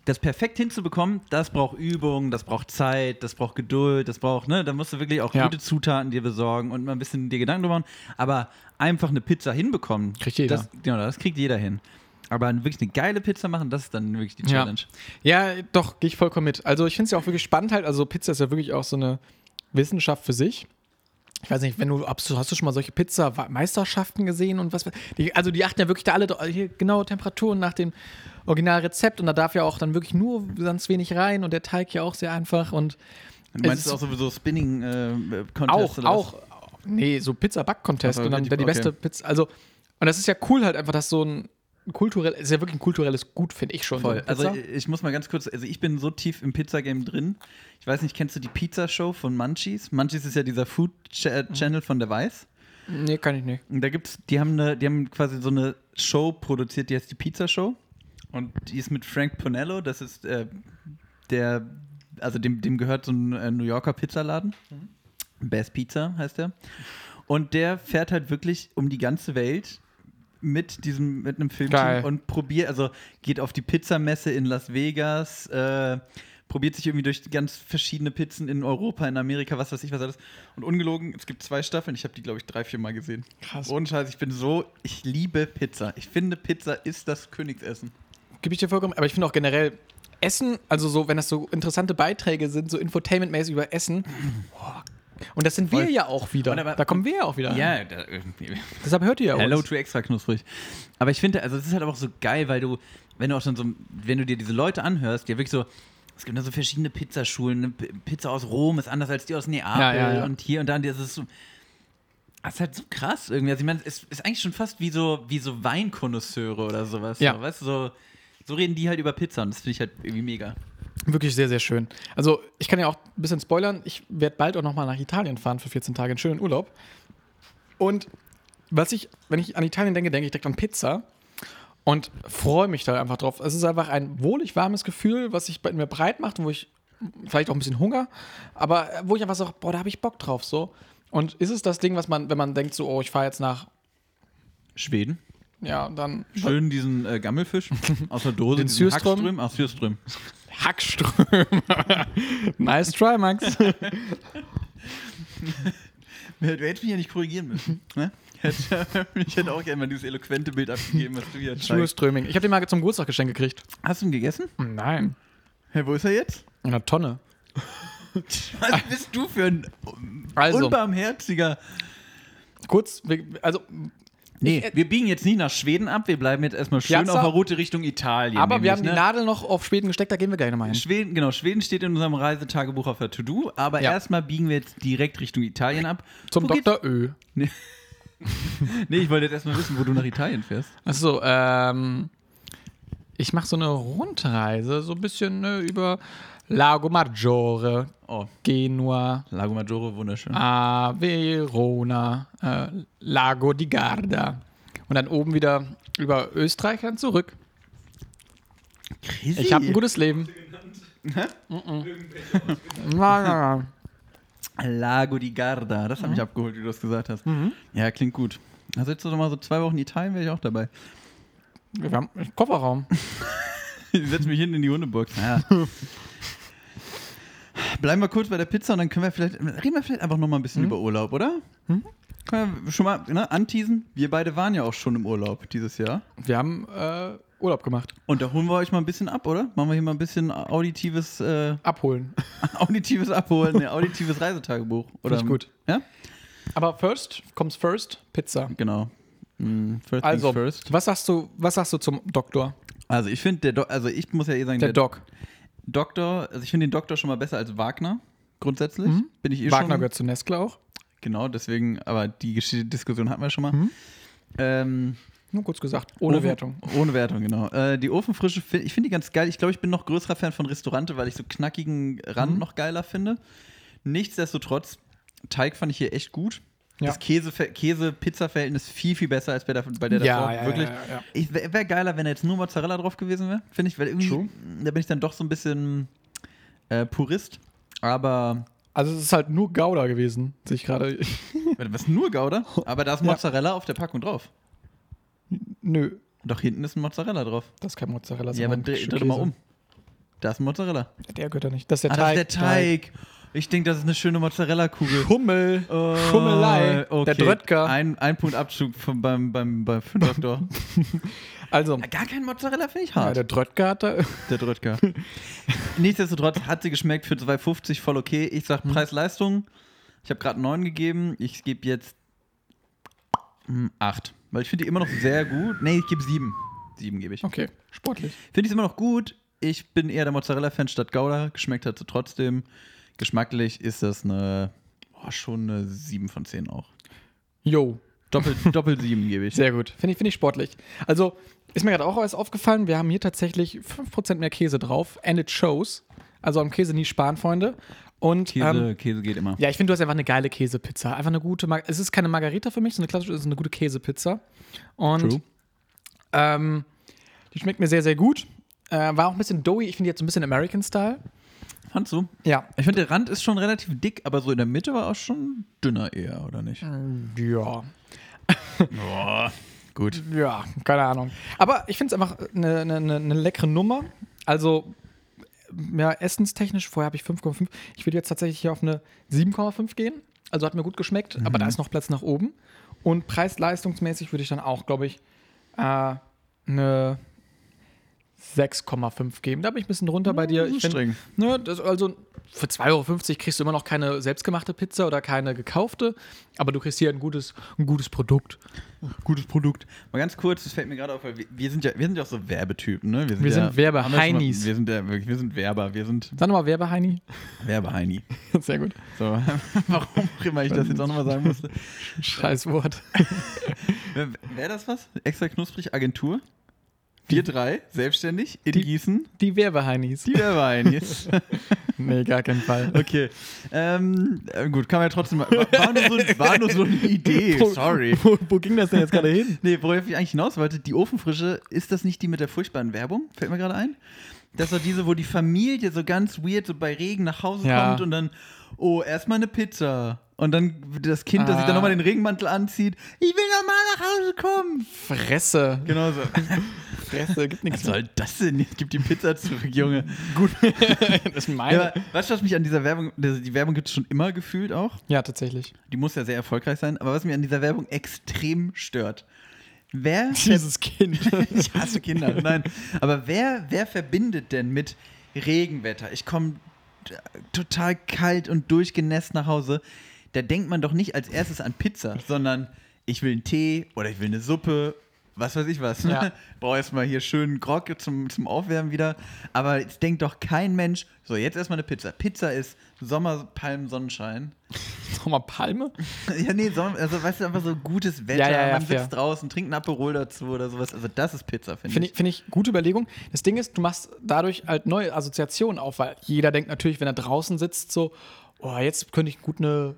Speaker 1: das perfekt hinzubekommen, das braucht Übung, das braucht Zeit, das braucht Geduld, das braucht, ne, da musst du wirklich auch
Speaker 2: Ja.
Speaker 1: gute Zutaten dir besorgen und mal ein bisschen dir Gedanken drüber machen. Aber einfach eine Pizza hinbekommen,
Speaker 2: Kriegt jeder.
Speaker 1: Das, genau, das kriegt jeder hin. Aber wirklich eine geile Pizza machen, das ist dann wirklich die
Speaker 2: Ja.
Speaker 1: Challenge.
Speaker 2: Ja, doch, gehe ich vollkommen mit. Also ich finde es ja auch wirklich spannend halt. Also Pizza ist ja wirklich auch so eine Wissenschaft für sich. Ich weiß nicht, wenn du, hast du, hast du schon mal solche Pizza-Meisterschaften gesehen und was? Die, also die achten ja wirklich da alle dra- hier genaue Temperaturen nach dem Originalrezept und da darf ja auch dann wirklich nur ganz wenig rein und der Teig ja auch sehr einfach und
Speaker 1: Du
Speaker 2: Es
Speaker 1: meinst
Speaker 2: ist-
Speaker 1: auch sowieso Spinning äh,
Speaker 2: auch,
Speaker 1: Contest oder was?
Speaker 2: auch, nee, so Pizza-Back-Contest
Speaker 1: Aber
Speaker 2: und dann
Speaker 1: die-
Speaker 2: wer die
Speaker 1: okay.
Speaker 2: beste Pizza, also und das ist ja cool halt einfach, dass so ein kulturell, ist ja wirklich ein kulturelles Gut, finde ich schon. so
Speaker 1: Voll.
Speaker 2: eine
Speaker 1: Also
Speaker 2: Pizza.
Speaker 1: ich ich muss mal ganz kurz, also ich bin so tief im Pizza-Game drin. Ich weiß nicht, kennst du die Pizza-Show von Munchies? Munchies ist ja dieser
Speaker 2: Mhm.
Speaker 1: Food-Channel von der Weiß.
Speaker 2: nee, kann ich nicht.
Speaker 1: Und da gibt's, die haben eine, die haben quasi so eine Show produziert, die heißt die Pizza Show. Und die ist mit Frank Ponello, das ist äh, der, also dem, dem gehört so ein äh, New Yorker Pizzaladen.
Speaker 2: Mhm.
Speaker 1: Best Pizza heißt der. Und der fährt halt wirklich um die ganze Welt mit diesem, mit einem Filmteam
Speaker 2: Geil.
Speaker 1: und probiert, also geht auf die Pizzamesse in Las Vegas, äh, probiert sich irgendwie durch ganz verschiedene Pizzen in Europa, in Amerika, was weiß ich, was alles. Und ungelogen, es gibt zwei Staffeln, ich habe die, glaube ich, drei, vier Mal gesehen.
Speaker 2: Krass.
Speaker 1: Ohne Scheiß, ich bin so, ich liebe Pizza. Ich finde, Pizza ist das Königsessen.
Speaker 2: Gebe ich dir vollkommen. Aber ich finde auch generell Essen, also so, wenn das so interessante Beiträge sind, so Infotainment-mäßig über Essen. boah. Und das sind wir
Speaker 1: Mhm. Voll.
Speaker 2: ja auch wieder.
Speaker 1: Und aber-
Speaker 2: da kommen wir ja auch wieder. an.
Speaker 1: da, äh,
Speaker 2: Deshalb hört ihr ja
Speaker 1: Hello
Speaker 2: uns.
Speaker 1: to extra knusprig. Aber ich finde, also es ist halt aber auch so geil, weil du, wenn du auch dann so, wenn du dir diese Leute anhörst, die ja wirklich so, es gibt da so verschiedene Pizzaschulen, eine P- Pizza aus Rom ist anders als die aus Neapel
Speaker 2: Ja, ja, ja.
Speaker 1: und hier und da, und das ist so, das ist halt so krass irgendwie. Also ich meine, es ist eigentlich schon fast wie so, wie so Weinkonnoisseure oder sowas.
Speaker 2: Ja.
Speaker 1: So, weißt du, so, so reden die halt über Pizza und das finde ich halt irgendwie mega.
Speaker 2: Wirklich sehr, sehr schön. Also, ich kann ja auch ein bisschen spoilern. Ich werde bald auch nochmal nach Italien fahren für 14 Tage einen schönen Urlaub. Und was ich, wenn ich an Italien denke, denke ich direkt an Pizza und freue mich da einfach drauf. Es ist einfach ein wohlig warmes Gefühl, was sich bei mir breit macht, wo ich vielleicht auch ein bisschen Hunger, aber wo ich einfach sage, boah, da habe ich Bock drauf so. Und ist es das Ding, was man, wenn man denkt so, oh, ich fahre jetzt nach
Speaker 1: Schweden?
Speaker 2: Ja, und dann
Speaker 1: Schön diesen äh, Gammelfisch aus der Dose.
Speaker 2: Den
Speaker 1: diesen Hackström.
Speaker 2: Syrström?
Speaker 1: Ach, Syrström.
Speaker 2: Hackström. nice try, Max.
Speaker 1: Du hättest mich ja nicht korrigieren müssen. Ne? Ich, hätte, ich hätte auch gerne mal dieses eloquente Bild abgegeben, was du hier zeigst.
Speaker 2: Schulströming. Ich habe den mal zum Geburtstag geschenkt gekriegt.
Speaker 1: Hast du ihn gegessen?
Speaker 2: Nein.
Speaker 1: Herr, wo ist er jetzt?
Speaker 2: In einer Tonne.
Speaker 1: Was bist du für ein
Speaker 2: Also.
Speaker 1: unbarmherziger...
Speaker 2: Kurz, wir- also,
Speaker 1: Nee, wir biegen jetzt nicht nach Schweden ab. Wir bleiben jetzt erstmal schön
Speaker 2: Piazza?
Speaker 1: auf der Route Richtung Italien.
Speaker 2: aber
Speaker 1: nämlich,
Speaker 2: wir haben die
Speaker 1: ne?
Speaker 2: Nadel noch auf Schweden gesteckt, da gehen wir gleich nochmal hin.
Speaker 1: Schweden, genau, Schweden steht in unserem Reisetagebuch auf der To-Do, aber
Speaker 2: Ja.
Speaker 1: erstmal biegen wir jetzt direkt Richtung Italien ab.
Speaker 2: Zum
Speaker 1: Wo geht's-
Speaker 2: Dr. Ö.
Speaker 1: Nee, ich wollte jetzt erstmal wissen, wo du nach Italien fährst.
Speaker 2: Achso, ähm, ich mache so eine Rundreise, so ein bisschen ne, über Lago Maggiore,
Speaker 1: Oh,
Speaker 2: Genua,
Speaker 1: Lago Maggiore, wunderschön.
Speaker 2: Ah, Verona, äh, Lago di Garda. Und dann oben wieder über Österreich dann zurück.
Speaker 1: Crazy.
Speaker 2: Ich habe ein gutes Leben. Mm-mm. Na, na, na.
Speaker 1: Lago di Garda, das
Speaker 2: Mhm.
Speaker 1: hat mich abgeholt, wie du das gesagt hast. Ja, klingt gut. Also jetzt noch mal so zwei Wochen Italien, wäre ich auch dabei.
Speaker 2: Wir haben einen Kofferraum.
Speaker 1: Ich setze mich hinten in die Hundebox. Ja. Bleiben wir kurz bei der Pizza und dann können wir vielleicht, reden wir vielleicht einfach noch mal ein
Speaker 2: Mhm.
Speaker 1: bisschen über Urlaub, oder? Können wir schon mal ne, anteasen? Wir beide waren ja auch schon im Urlaub dieses Jahr.
Speaker 2: Wir haben äh, Urlaub gemacht.
Speaker 1: Und da holen wir euch mal ein bisschen ab, oder? Machen wir hier mal ein bisschen auditives, äh,
Speaker 2: Abholen.
Speaker 1: auditives Abholen, ne, auditives Reisetagebuch. Oder?
Speaker 2: ich gut.
Speaker 1: Ja,
Speaker 2: Aber first comes first, Pizza.
Speaker 1: genau. Mm, First
Speaker 2: Also,
Speaker 1: things first.
Speaker 2: was sagst du, was sagst du zum Doktor?
Speaker 1: Also ich finde, der Do also ich muss ja eh sagen,
Speaker 2: Der
Speaker 1: der,
Speaker 2: Doc.
Speaker 1: Doktor, also ich finde den Doktor schon mal besser als Wagner. Grundsätzlich bin ich eh
Speaker 2: Mhm. Wagner
Speaker 1: schon.
Speaker 2: gehört zu Nestle auch.
Speaker 1: Genau, deswegen, aber die Geschichte, Diskussion hatten wir schon mal. Ähm,
Speaker 2: Nur kurz gesagt, Mhm. ohne
Speaker 1: Ofen-
Speaker 2: Wertung.
Speaker 1: Ohne Wertung, genau. Äh, die Ofenfrische, fi- ich finde die ganz geil. Ich glaube, ich bin noch größerer Fan von Restaurante, weil ich so knackigen
Speaker 2: Mhm.
Speaker 1: Rand noch geiler finde. Nichtsdestotrotz, Teig fand ich hier echt gut.
Speaker 2: Ja.
Speaker 1: Das Käse- Käse-Pizza-Verhältnis viel, viel besser als bei der, bei der
Speaker 2: Ja,
Speaker 1: davor.
Speaker 2: ja,
Speaker 1: Wirklich.
Speaker 2: ja, ja, ja.
Speaker 1: Ich wäre wär geiler, wenn da jetzt nur Mozzarella drauf gewesen wäre, finde ich, weil irgendwie,
Speaker 2: True.
Speaker 1: da bin ich dann doch so ein bisschen äh, Purist. Aber,
Speaker 2: Also es ist halt nur Gouda gewesen, sehe ich gerade.
Speaker 1: warte, was nur Gouda? Aber da ist Mozzarella auf der Packung drauf.
Speaker 2: Nö,
Speaker 1: Doch hinten ist ein Mozzarella drauf.
Speaker 2: Das ist kein Mozzarella.
Speaker 1: ja, aber
Speaker 2: sondern ein
Speaker 1: dreh,
Speaker 2: Stück
Speaker 1: dreh doch mal
Speaker 2: Käse.
Speaker 1: um. Da ist ein Mozzarella.
Speaker 2: Der gehört ja nicht. Das ist der
Speaker 1: Ah,
Speaker 2: Teig.
Speaker 1: das ist der Teig. Ich denke, das ist eine schöne Mozzarella-Kugel.
Speaker 2: Hummel.
Speaker 1: Oh,
Speaker 2: Schummelei.
Speaker 1: okay.
Speaker 2: Der Dröttger.
Speaker 1: Ein, ein Punkt Abzug von, beim, beim, beim für den Doktor.
Speaker 2: also,
Speaker 1: Gar kein Mozzarella finde ich
Speaker 2: ja,
Speaker 1: hart.
Speaker 2: der Dröttger hat da.
Speaker 1: der Dröttger. Nichtsdestotrotz hat sie geschmeckt für 2,50 voll okay. Ich sag Preis-Leistung. Ich habe gerade 9 gegeben. Ich gebe jetzt 8. Weil ich finde die immer noch sehr gut. Nee, ich gebe 7. 7 gebe ich.
Speaker 2: Okay, sportlich.
Speaker 1: Finde ich es immer noch gut. Ich bin eher der Mozzarella-Fan statt Gouda. Geschmeckt hat sie trotzdem. Geschmacklich ist das eine, boah, schon eine 7 von 10 auch.
Speaker 2: Jo,
Speaker 1: Doppel, doppel 7 gebe ich.
Speaker 2: sehr gut. Finde ich, finde ich sportlich. Also, ist mir gerade auch erst aufgefallen, wir haben hier tatsächlich 5% mehr Käse drauf. And it shows. Also am Käse nie sparen, Freunde. Und
Speaker 1: Käse,
Speaker 2: Ähm,
Speaker 1: Käse geht immer.
Speaker 2: ja, ich finde, du hast einfach eine geile Käsepizza. Einfach eine gute, Mar es ist keine Margarita für mich, sondern eine klassische, es ist eine gute Käsepizza. Und
Speaker 1: True.
Speaker 2: Ähm, die schmeckt mir sehr, sehr gut. Äh, war auch ein bisschen doughy. Ich finde die jetzt so ein bisschen American Style.
Speaker 1: Fandst du?
Speaker 2: Ja.
Speaker 1: Ich finde, der Rand ist schon relativ dick, aber so in der Mitte war auch schon dünner eher, oder nicht?
Speaker 2: Ja.
Speaker 1: Boah, gut.
Speaker 2: Ja, keine Ahnung. Aber ich finde es einfach eine, eine, eine, eine leckere Nummer. Also, ja, essenstechnisch, vorher habe ich 5,5. Ich würde jetzt tatsächlich hier auf eine 7,5 gehen. Also hat mir gut geschmeckt, aber
Speaker 1: Mhm.
Speaker 2: da ist noch Platz nach oben. Und preis-leistungsmäßig würde ich dann auch, glaube ich, äh, eine 6,5 geben. Da bin ich ein bisschen drunter bei dir. Ich find,
Speaker 1: Mhm, streng.
Speaker 2: Ne, das, also für 2,50 Euro kriegst du immer noch keine selbstgemachte Pizza oder keine gekaufte, aber du kriegst hier ein gutes, ein gutes Produkt.
Speaker 1: Gutes Produkt. Mal ganz kurz, das fällt mir gerade auf, weil wir, wir sind ja wir sind ja auch so Werbetypen, ne?
Speaker 2: Wir
Speaker 1: ja,
Speaker 2: sind Werbe-
Speaker 1: haben wir schon mal-
Speaker 2: Heinis.
Speaker 1: Wir sind, ja, wirklich, wir sind Werber, wir sind
Speaker 2: Sag nochmal, Werbeheini.
Speaker 1: Werbeheini.
Speaker 2: Sehr gut.
Speaker 1: So, warum auch immer ich das jetzt auch nochmal sagen musste.
Speaker 2: Scheiß Wort.
Speaker 1: Wäre das was? Extra knusprig Agentur? Wir drei, selbstständig, in Gießen.
Speaker 2: Die Werbeheinis.
Speaker 1: Die Werbeheini. jetzt.
Speaker 2: Nee, gar keinen Fall.
Speaker 1: Okay. Ähm, äh, gut, kann man ja trotzdem mal. War war nur so, ein- war nur so eine Idee,
Speaker 2: Wo-
Speaker 1: sorry.
Speaker 2: Wo, wo ging das denn jetzt gerade hin?
Speaker 1: Nee, worauf ich eigentlich hinaus wollte, die Ofenfrische, ist das nicht die mit der furchtbaren Werbung? Fällt mir gerade ein. Das war diese, wo die Familie so ganz weird so bei Regen nach Hause
Speaker 2: Ja.
Speaker 1: kommt und dann, oh, erstmal eine Pizza. Und dann das Kind, das sich
Speaker 2: Ah.
Speaker 1: dann nochmal den Regenmantel anzieht. Ich will nochmal nach Hause kommen.
Speaker 2: Fresse. Also,
Speaker 1: Genau so.
Speaker 2: Fresse,
Speaker 1: Was
Speaker 2: gibt nichts.
Speaker 1: soll das denn? Ich gib die Pizza zurück, Junge.
Speaker 2: Gut. das ist
Speaker 1: Ja,
Speaker 2: meine.
Speaker 1: aber weißt du, was mich an dieser Werbung, also die Werbung gibt es schon immer gefühlt auch.
Speaker 2: Ja, tatsächlich.
Speaker 1: Die muss ja sehr erfolgreich sein. Aber was mich an dieser Werbung extrem stört. Wer
Speaker 2: Dieses Kind.
Speaker 1: ich hasse Kinder. Nein. Aber wer, wer verbindet denn mit Regenwetter? Ich komme total kalt und durchgenässt nach Hause. Da denkt man doch nicht als erstes an Pizza, sondern ich will einen Tee oder ich will eine Suppe. Was weiß ich was.
Speaker 2: Ja.
Speaker 1: Ne? Brauche erstmal hier schönen Grog zum, zum Aufwärmen wieder. Aber jetzt denkt doch kein Mensch, so jetzt erstmal eine Pizza. Pizza ist Sommer, Palmen, Sonnenschein.
Speaker 2: Nochmal Palme?
Speaker 1: Ja, nee, Sommer, also weißt du, einfach so gutes Wetter.
Speaker 2: ja, ja,
Speaker 1: man sitzt
Speaker 2: fair.
Speaker 1: draußen, trinkt ein Aperol dazu oder sowas. Also das ist Pizza, finde
Speaker 2: Finde ich, finde ich gute Überlegung. Das Ding ist, du machst dadurch halt neue Assoziationen auf, weil jeder denkt natürlich, wenn er draußen sitzt, so, oh, jetzt könnte ich gut eine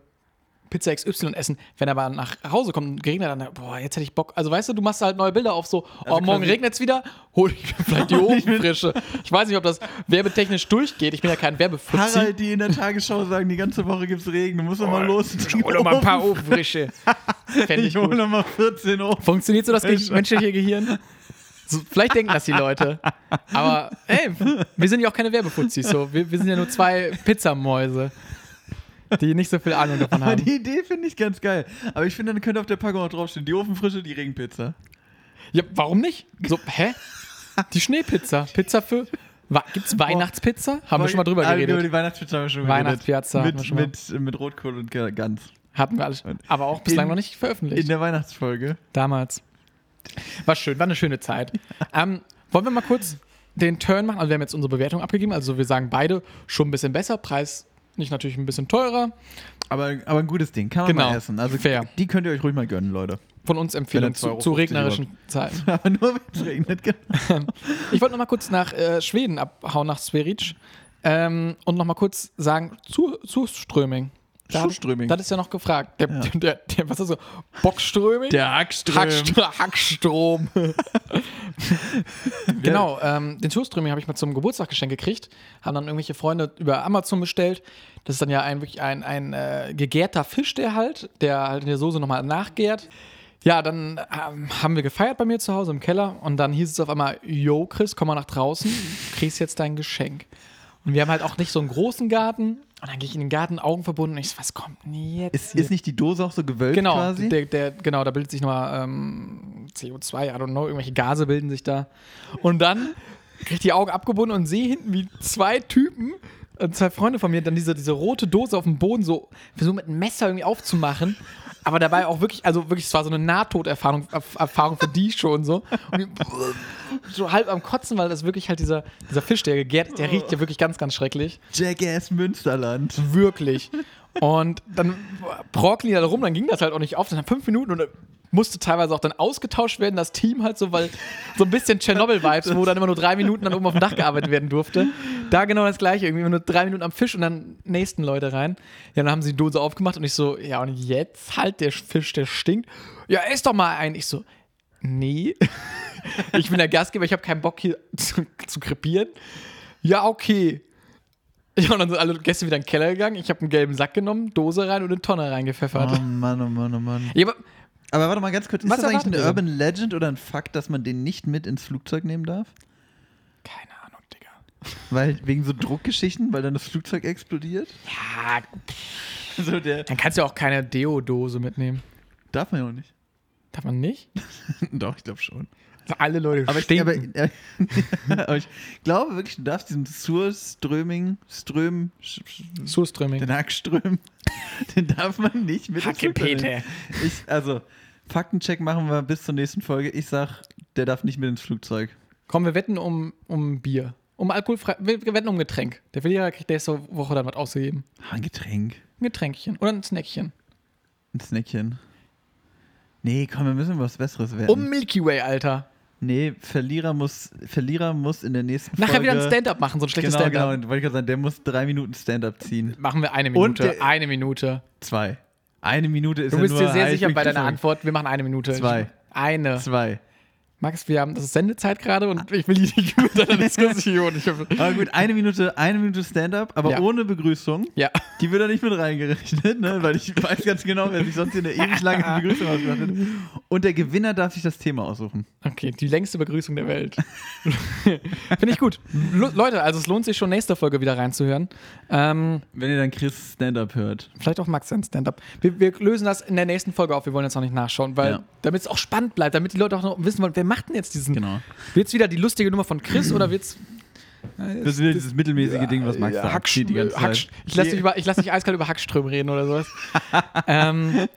Speaker 2: Pizza XY essen. Wenn er aber nach Hause kommt und regnet, dann, boah, jetzt hätte ich Bock. Also weißt du, du machst halt neue Bilder auf, so,
Speaker 1: Also
Speaker 2: oh, morgen
Speaker 1: quasi-
Speaker 2: regnet es wieder, hol ich mir vielleicht die Ofenfrische. Ich weiß nicht, ob das werbetechnisch durchgeht. Ich bin ja kein Werbefuzzi.
Speaker 1: Harald, die in der Tagesschau sagen, die ganze Woche gibt's Regen, du musst doch mal los.
Speaker 2: Oh, Hol doch mal ein paar Ofenfrische. Fände
Speaker 1: Ich
Speaker 2: ich gut.
Speaker 1: hole nochmal 14 Uhr.
Speaker 2: Funktioniert so das Ge menschliche Gehirn? So, vielleicht denken das die Leute. Aber ey, wir sind ja auch keine Werbefuzis. So. Wir, wir sind ja nur zwei Pizzamäuse, die nicht so viel Ahnung davon
Speaker 1: Aber
Speaker 2: haben.
Speaker 1: die Idee finde ich ganz geil. Aber ich finde, dann könnte auf der Packung auch draufstehen: die Ofenfrische, die Regenpizza.
Speaker 2: Ja, warum nicht? So, hä? Die Schneepizza. Pizza für. Wa gibt's Weihnachtspizza? Haben wir schon mal drüber
Speaker 1: Ah, Über
Speaker 2: geredet.
Speaker 1: die Weihnachtspizza haben wir schon
Speaker 2: Weihnachtspizza hatten
Speaker 1: geredet.
Speaker 2: wir
Speaker 1: Mit,
Speaker 2: schon mal.
Speaker 1: mit, mit Rotkohl und Ge- Gans.
Speaker 2: Hatten wir alles. Aber auch bislang
Speaker 1: In-
Speaker 2: noch nicht
Speaker 1: In
Speaker 2: veröffentlicht.
Speaker 1: der Weihnachtsfolge.
Speaker 2: Damals. War schön, war eine schöne Zeit. Ähm, wollen wir mal kurz den Turn machen? Also, wir haben jetzt unsere Bewertung abgegeben. Also, wir sagen beide schon ein bisschen besser. Preis nicht natürlich ein bisschen teurer.
Speaker 1: Aber, aber ein gutes Ding, kann man
Speaker 2: Genau.
Speaker 1: mal essen. Also
Speaker 2: Fair.
Speaker 1: die könnt ihr euch ruhig mal gönnen, Leute.
Speaker 2: Von uns
Speaker 1: Wenn
Speaker 2: Empfehlung
Speaker 1: er
Speaker 2: zu,
Speaker 1: 2,50
Speaker 2: zu regnerischen Zeiten.
Speaker 1: Aber nur wenn es regnet. genau.
Speaker 2: Ich wollte noch mal kurz nach äh, Schweden abhauen, nach Sveric. Ähm, und noch mal kurz sagen, zu, zu Ströming. Da-
Speaker 1: Schuhströming.
Speaker 2: Das ist ja noch gefragt. Der, der, der, was ist so? Bockströming?
Speaker 1: Der Hackström.
Speaker 2: Hackstr Hackstrom. genau, ähm, den Tourströming habe ich mal zum Geburtstag geschenkt gekriegt. Haben dann irgendwelche Freunde über Amazon bestellt. Das ist dann ja ein, wirklich ein, ein äh, gegärter Fisch, der halt, der halt in der Soße nochmal nachgärt. Ja, dann ähm, haben wir gefeiert bei mir zu Hause im Keller und dann hieß es auf einmal, yo Chris, komm mal nach draußen, kriegst jetzt dein Geschenk. Und wir haben halt auch nicht so einen großen Garten. Und dann gehe ich in den Garten, Augen verbunden und ich so, was kommt denn jetzt?
Speaker 1: Ist,
Speaker 2: hier?
Speaker 1: ist nicht die Dose auch so gewölbt
Speaker 2: Genau,
Speaker 1: quasi?
Speaker 2: Der, der, genau, da bildet sich nochmal ähm, CO2, I don't know, irgendwelche Gase bilden sich da. Und dann kriege ich die Augen abgebunden und sehe hinten wie zwei Typen, äh, zwei Freunde von mir, dann diese, diese rote Dose auf dem Boden so versuchen mit einem Messer irgendwie aufzumachen. Aber dabei auch wirklich, also wirklich, es war so eine Nahtoderfahrung Erf- Erfahrung für die schon so. Und die, so halb am Kotzen, weil das wirklich halt dieser, dieser Fisch, der gegärt ist, der riecht ja wirklich ganz, ganz schrecklich.
Speaker 1: Jackass Münsterland.
Speaker 2: Wirklich. Und dann brocken die da rum, dann ging das halt auch nicht auf. Dann haben fünf Minuten und dann musste teilweise auch dann ausgetauscht werden, das Team halt so, weil so ein bisschen Tschernobyl-Vibes, wo dann immer nur drei Minuten dann oben auf dem Dach gearbeitet werden durfte. Da genau das gleiche, irgendwie immer nur drei Minuten am Fisch und dann nächsten Leute rein. Ja, dann haben sie die Dose aufgemacht und ich so, ja, und jetzt halt der Fisch, der stinkt. Ja, ess doch mal einen. Ich so, nee. Ich bin der Gastgeber, ich habe keinen Bock hier zu, zu krepieren. Ja, okay. Ja, und dann sind alle Gäste wieder in den Keller gegangen. Ich habe einen gelben Sack genommen, Dose rein und eine Tonne
Speaker 1: Oh
Speaker 2: reingepfeffert.
Speaker 1: Mann, oh Mann, oh Mann.
Speaker 2: Ja, aber
Speaker 1: Aber warte mal ganz kurz, ist
Speaker 2: Was
Speaker 1: das eigentlich
Speaker 2: erwartet
Speaker 1: eine
Speaker 2: ihr?
Speaker 1: Urban Legend oder ein Fakt, dass man den nicht mit ins Flugzeug nehmen darf?
Speaker 2: keine Ahnung, Digga.
Speaker 1: Weil wegen so Druckgeschichten, weil dann das Flugzeug explodiert?
Speaker 2: Ja,
Speaker 1: Also der
Speaker 2: dann kannst du auch keine Deo-Dose mitnehmen.
Speaker 1: darf man ja auch nicht.
Speaker 2: Darf man nicht?
Speaker 1: Doch, ich glaube schon.
Speaker 2: Alle Leute
Speaker 1: Aber ich,
Speaker 2: stinken.
Speaker 1: aber, aber ich glaube wirklich, du darfst diesen Surströming, Ström, Sch- Sch-
Speaker 2: Surströmming.
Speaker 1: den Hackström, den darf man nicht mit ins Flugzeug nehmen.
Speaker 2: Hackepete.
Speaker 1: Ich, also, Faktencheck machen wir bis zur nächsten Folge. Ich sag, der darf nicht mit ins Flugzeug.
Speaker 2: Komm, wir wetten um, um Bier. Um alkoholfrei, wir wir wetten um Getränk. Der Verlierer kriegt nächste Woche dann was ausgegeben.
Speaker 1: Ah, ein Getränk.
Speaker 2: Ein Getränkchen oder ein Snackchen.
Speaker 1: Ein Snackchen. Nee, komm, wir müssen was Besseres werden.
Speaker 2: Um Milky Way, Alter.
Speaker 1: nee, Verlierer muss, Verlierer muss in der nächsten
Speaker 2: Nachher
Speaker 1: Folge...
Speaker 2: wieder ein Stand-up machen, so ein schlechtes
Speaker 1: Genau, genau.
Speaker 2: Stand-up.
Speaker 1: Und wollte ich gerade sagen, der muss drei Minuten Stand-up ziehen.
Speaker 2: Machen wir eine
Speaker 1: Und
Speaker 2: Minute.
Speaker 1: der-
Speaker 2: eine Minute.
Speaker 1: Zwei. Eine Minute ist
Speaker 2: Du
Speaker 1: ja
Speaker 2: bist
Speaker 1: nur
Speaker 2: dir sehr
Speaker 1: High
Speaker 2: sicher
Speaker 1: Peak
Speaker 2: bei deiner
Speaker 1: Cliffhanger.
Speaker 2: Antwort. Wir machen eine Minute.
Speaker 1: Zwei. Ah.
Speaker 2: Eine.
Speaker 1: Zwei.
Speaker 2: Max, wir haben, das ist Sendezeit gerade und ich will dich nicht mit deiner Diskussion. Ich hoffe,
Speaker 1: Aber gut, eine Minute, eine Minute Stand-up, aber
Speaker 2: Ja.
Speaker 1: ohne Begrüßung.
Speaker 2: ja.
Speaker 1: Die wird da nicht mit reingerechnet, ne? weil ich weiß ganz genau, wer sich sonst hier eine ewig lange Begrüßung ausgedacht hat. Und der Gewinner darf sich das Thema aussuchen.
Speaker 2: Okay, die längste Begrüßung der Welt. Finde ich gut. Lu- Leute, also es lohnt sich schon, nächste Folge wieder reinzuhören. Ähm,
Speaker 1: Wenn ihr dann Chris Stand-Up hört.
Speaker 2: vielleicht auch Max sein Stand-Up. Wir, wir lösen das in der nächsten Folge auf. Wir wollen jetzt noch nicht nachschauen, weil
Speaker 1: Ja.
Speaker 2: damit es auch spannend bleibt, damit die Leute auch noch wissen wollen, wer macht denn jetzt diesen.
Speaker 1: Genau.
Speaker 2: Wird es wieder die lustige Nummer von Chris oder wird es.
Speaker 1: Das ist dieses mittelmäßige Ding, was Max sagt.
Speaker 2: Hacksch
Speaker 1: Steht die ganze
Speaker 2: Hacksch
Speaker 1: Zeit.
Speaker 2: ich lasse dich, über- ich lass dich eiskalt über Hackström reden oder sowas. ähm,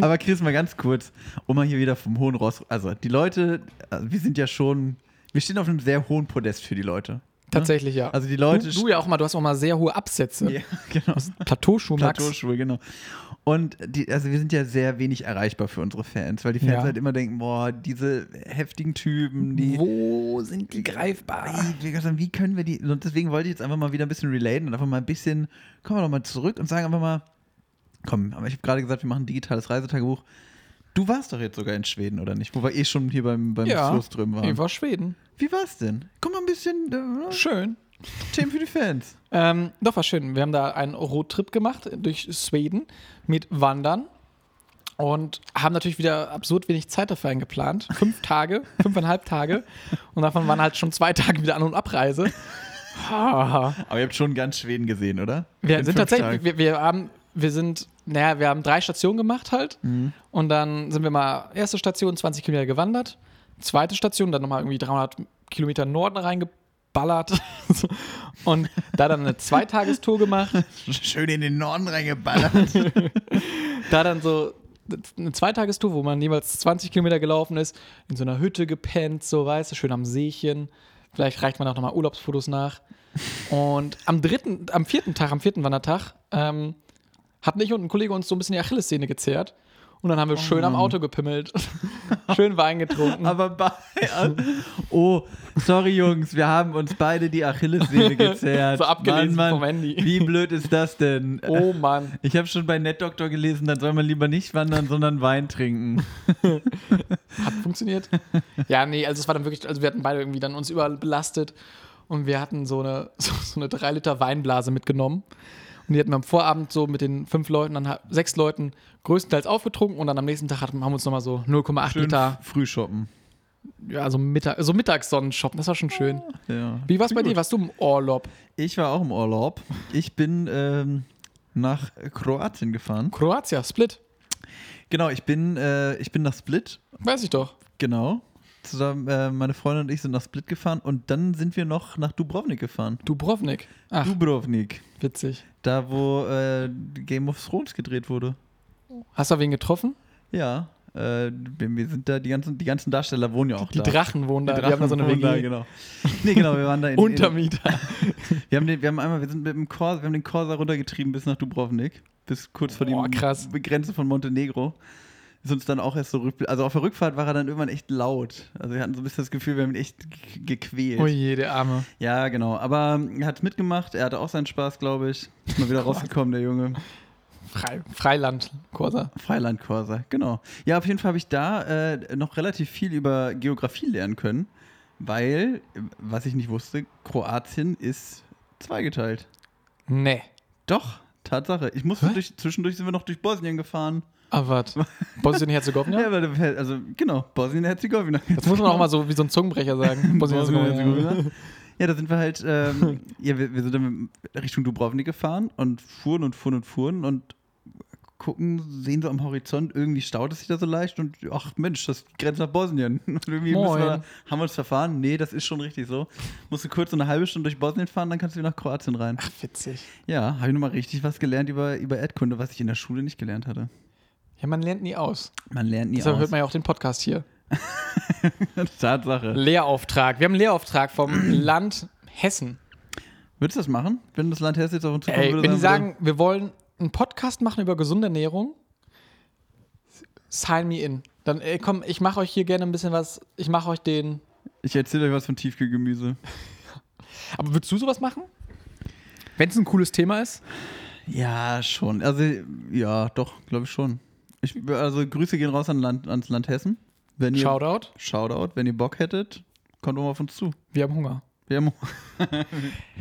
Speaker 1: Aber Chris, mal ganz kurz, um mal hier wieder vom hohen Ross. Also, die Leute, also wir sind ja schon, wir stehen auf einem sehr hohen Podest für die Leute.
Speaker 2: tatsächlich, ja.
Speaker 1: Also die Leute-
Speaker 2: Du, du ja auch mal, du hast auch mal sehr hohe Absätze.
Speaker 1: genau.
Speaker 2: Plateauschuh, Max.
Speaker 1: Plateauschuhe, genau. Und die, also wir sind ja sehr wenig erreichbar für unsere Fans, weil die Fans
Speaker 2: Ja.
Speaker 1: halt immer denken, boah, diese heftigen Typen, die.
Speaker 2: Wo sind die greifbar?
Speaker 1: Ey, wir gesagt, Wie können wir die. Und deswegen wollte ich jetzt einfach mal wieder ein bisschen relaten und einfach mal ein bisschen. Kommen wir doch mal zurück und sagen einfach mal. Komm, aber ich habe gerade gesagt, wir machen ein digitales Reisetagebuch. Du warst doch jetzt sogar in Schweden, oder nicht? Wo wir eh schon hier beim, beim
Speaker 2: Ja,
Speaker 1: Floström waren.
Speaker 2: Ich war Schweden.
Speaker 1: Wie war's denn? Guck mal ein bisschen äh,
Speaker 2: Schön.
Speaker 1: Themen für die Fans.
Speaker 2: Ähm, doch, war schön. Wir haben da einen Roadtrip gemacht durch Schweden mit Wandern und haben natürlich wieder absurd wenig Zeit dafür eingeplant. Fünf Tage, fünfeinhalb Tage. Und davon waren halt schon zwei Tage wieder An- und Abreise. Ha.
Speaker 1: Aber ihr habt schon ganz Schweden gesehen, oder?
Speaker 2: wir
Speaker 1: In
Speaker 2: sind
Speaker 1: fünf
Speaker 2: tatsächlich,
Speaker 1: Tagen.
Speaker 2: wir, wir haben, wir sind, naja, wir haben drei Stationen gemacht halt.
Speaker 1: Mhm.
Speaker 2: Und dann sind wir mal erste Station 20 Kilometer gewandert, zweite Station, dann nochmal irgendwie 300 Kilometer Norden reingeballert. So. und da dann eine Zweitagestour gemacht.
Speaker 1: Schön in den Norden reingeballert.
Speaker 2: da dann so eine Zweitagestour, wo man jeweils 20 Kilometer gelaufen ist, in so einer Hütte gepennt, so weißt du, schön am Seechen. Vielleicht reicht man auch nochmal Urlaubsfotos nach. Und am dritten, am vierten Tag, am vierten Wandertag, ähm, hatten ich und ein Kollege uns so ein bisschen die Achillessehne gezerrt. Und dann haben wir schön am Auto gepimmelt, schön Wein getrunken.
Speaker 1: Aber bei. Oh, sorry Jungs, wir haben uns beide die Achillessehne gezerrt.
Speaker 2: So abgelesen vom Handy.
Speaker 1: Wie blöd ist das denn?
Speaker 2: oh Mann.
Speaker 1: Ich habe schon bei NetDoktor gelesen, dann soll man lieber nicht wandern, sondern Wein trinken.
Speaker 2: Hat funktioniert. Ja, nee, also es war dann wirklich, also wir hatten beide irgendwie dann uns überall belastet und wir hatten so eine, so, so eine 3 Liter Weinblase mitgenommen. Und die hatten wir am Vorabend so mit den fünf Leuten, dann ha- sechs Leuten größtenteils aufgetrunken und dann am nächsten Tag hatten, haben wir uns nochmal so 0,8
Speaker 1: Schön
Speaker 2: Liter,
Speaker 1: Frühschoppen.
Speaker 2: ja, so, Mittag, so Mittagssonnenschoppen, das war schon schön.
Speaker 1: Ja.
Speaker 2: Wie war es bei dir? Warst du im Urlaub?
Speaker 1: Ich war auch im Urlaub. Ich bin ähm, nach Kroatien gefahren.
Speaker 2: Kroatien, Split,
Speaker 1: Genau, ich bin, äh, ich bin nach Split.
Speaker 2: weiß ich doch.
Speaker 1: Genau. Zusammen, äh, meine Freundin und ich sind nach Split gefahren und dann sind wir noch nach Dubrovnik gefahren.
Speaker 2: Dubrovnik. Ach,
Speaker 1: Dubrovnik.
Speaker 2: witzig.
Speaker 1: Da, wo äh, Game of Thrones gedreht wurde.
Speaker 2: Hast du wen getroffen?
Speaker 1: Ja. Äh, wir wir sind da, die ganzen, die ganzen Darsteller wohnen ja auch
Speaker 2: Die
Speaker 1: da.
Speaker 2: Drachen wohnen da.
Speaker 1: Die
Speaker 2: Die, haben da so eine
Speaker 1: wohnen da,
Speaker 2: WG.
Speaker 1: genau. Nee, genau, wir waren da in, in
Speaker 2: Untermieter.
Speaker 1: wir haben, den, wir haben einmal, wir sind mit dem Corsa, wir haben den Corsa runtergetrieben bis nach Dubrovnik, bis kurz vor
Speaker 2: Boah,
Speaker 1: die
Speaker 2: krass.
Speaker 1: Grenze von Montenegro. Ist uns dann auch erst so rückbl- Also auf der Rückfahrt war er dann irgendwann echt laut. Also wir hatten so ein bisschen das Gefühl, wir haben ihn echt g- gequält.
Speaker 2: Oh je, der Arme.
Speaker 1: Ja, genau. Aber ähm, er hat mitgemacht, er hatte auch seinen Spaß, glaube ich. Ist mal wieder rausgekommen, der Junge.
Speaker 2: Frei, Freiland, Kurser.
Speaker 1: Freilandkurse, genau. Ja, auf jeden Fall habe ich da äh, noch relativ viel über Geografie lernen können, weil, äh, was ich nicht wusste, Kroatien ist zweigeteilt.
Speaker 2: Nee.
Speaker 1: Doch, Tatsache. Ich musste durch, zwischendurch sind wir noch durch Bosnien gefahren.
Speaker 2: Aber was? Bosnien-Herzegowina?
Speaker 1: Ja, weil, du- also genau, Bosnien-Herzegowina.
Speaker 2: Das muss man auch mal so wie so ein Zungenbrecher sagen. Bosnien-Herzegowina.
Speaker 1: Bosnien-Herzegowina. Ja, da sind wir halt, ähm, ja, wir, wir sind dann Richtung Dubrovnik gefahren und fuhren und fuhren und fuhren und gucken, sehen so am Horizont, irgendwie staut es sich da so leicht und ach Mensch, das grenzt nach Bosnien. Und irgendwie müssen wir,
Speaker 2: Moin.
Speaker 1: da- haben wir uns verfahren? Nee, das ist schon richtig so. Musst du kurz so eine halbe Stunde durch Bosnien fahren, dann kannst du wieder nach Kroatien rein.
Speaker 2: Ach, witzig.
Speaker 1: Ja, habe ich nochmal richtig was gelernt über, über Erdkunde, was ich in der Schule nicht gelernt hatte.
Speaker 2: Ja, man lernt nie aus.
Speaker 1: Man lernt nie
Speaker 2: Deshalb
Speaker 1: aus.
Speaker 2: hört man ja auch den Podcast hier.
Speaker 1: Tatsache.
Speaker 2: Lehrauftrag. Wir haben einen Lehrauftrag vom Land Hessen.
Speaker 1: Würdest du das machen, wenn das Land Hesse jetzt auf uns zukommen
Speaker 2: Ey,
Speaker 1: würde?
Speaker 2: wenn die sagen, wir wollen einen Podcast machen über gesunde Ernährung, sign me in. Dann, ey, komm, ich mache euch hier gerne ein bisschen was. Ich mache euch den.
Speaker 1: würde, ich erzähle euch was von Tiefkühlgemüse.
Speaker 2: Aber würdest du sowas machen? Wenn es ein cooles Thema ist?
Speaker 1: Ja, schon. Also, ja, doch, glaube ich schon. Ich, also, Grüße gehen raus an Land, ans Land Hessen. Wenn ihr,
Speaker 2: Shoutout.
Speaker 1: Shoutout, wenn ihr Bock hättet, kommt doch mal auf uns zu.
Speaker 2: Wir haben Hunger.
Speaker 1: Wir haben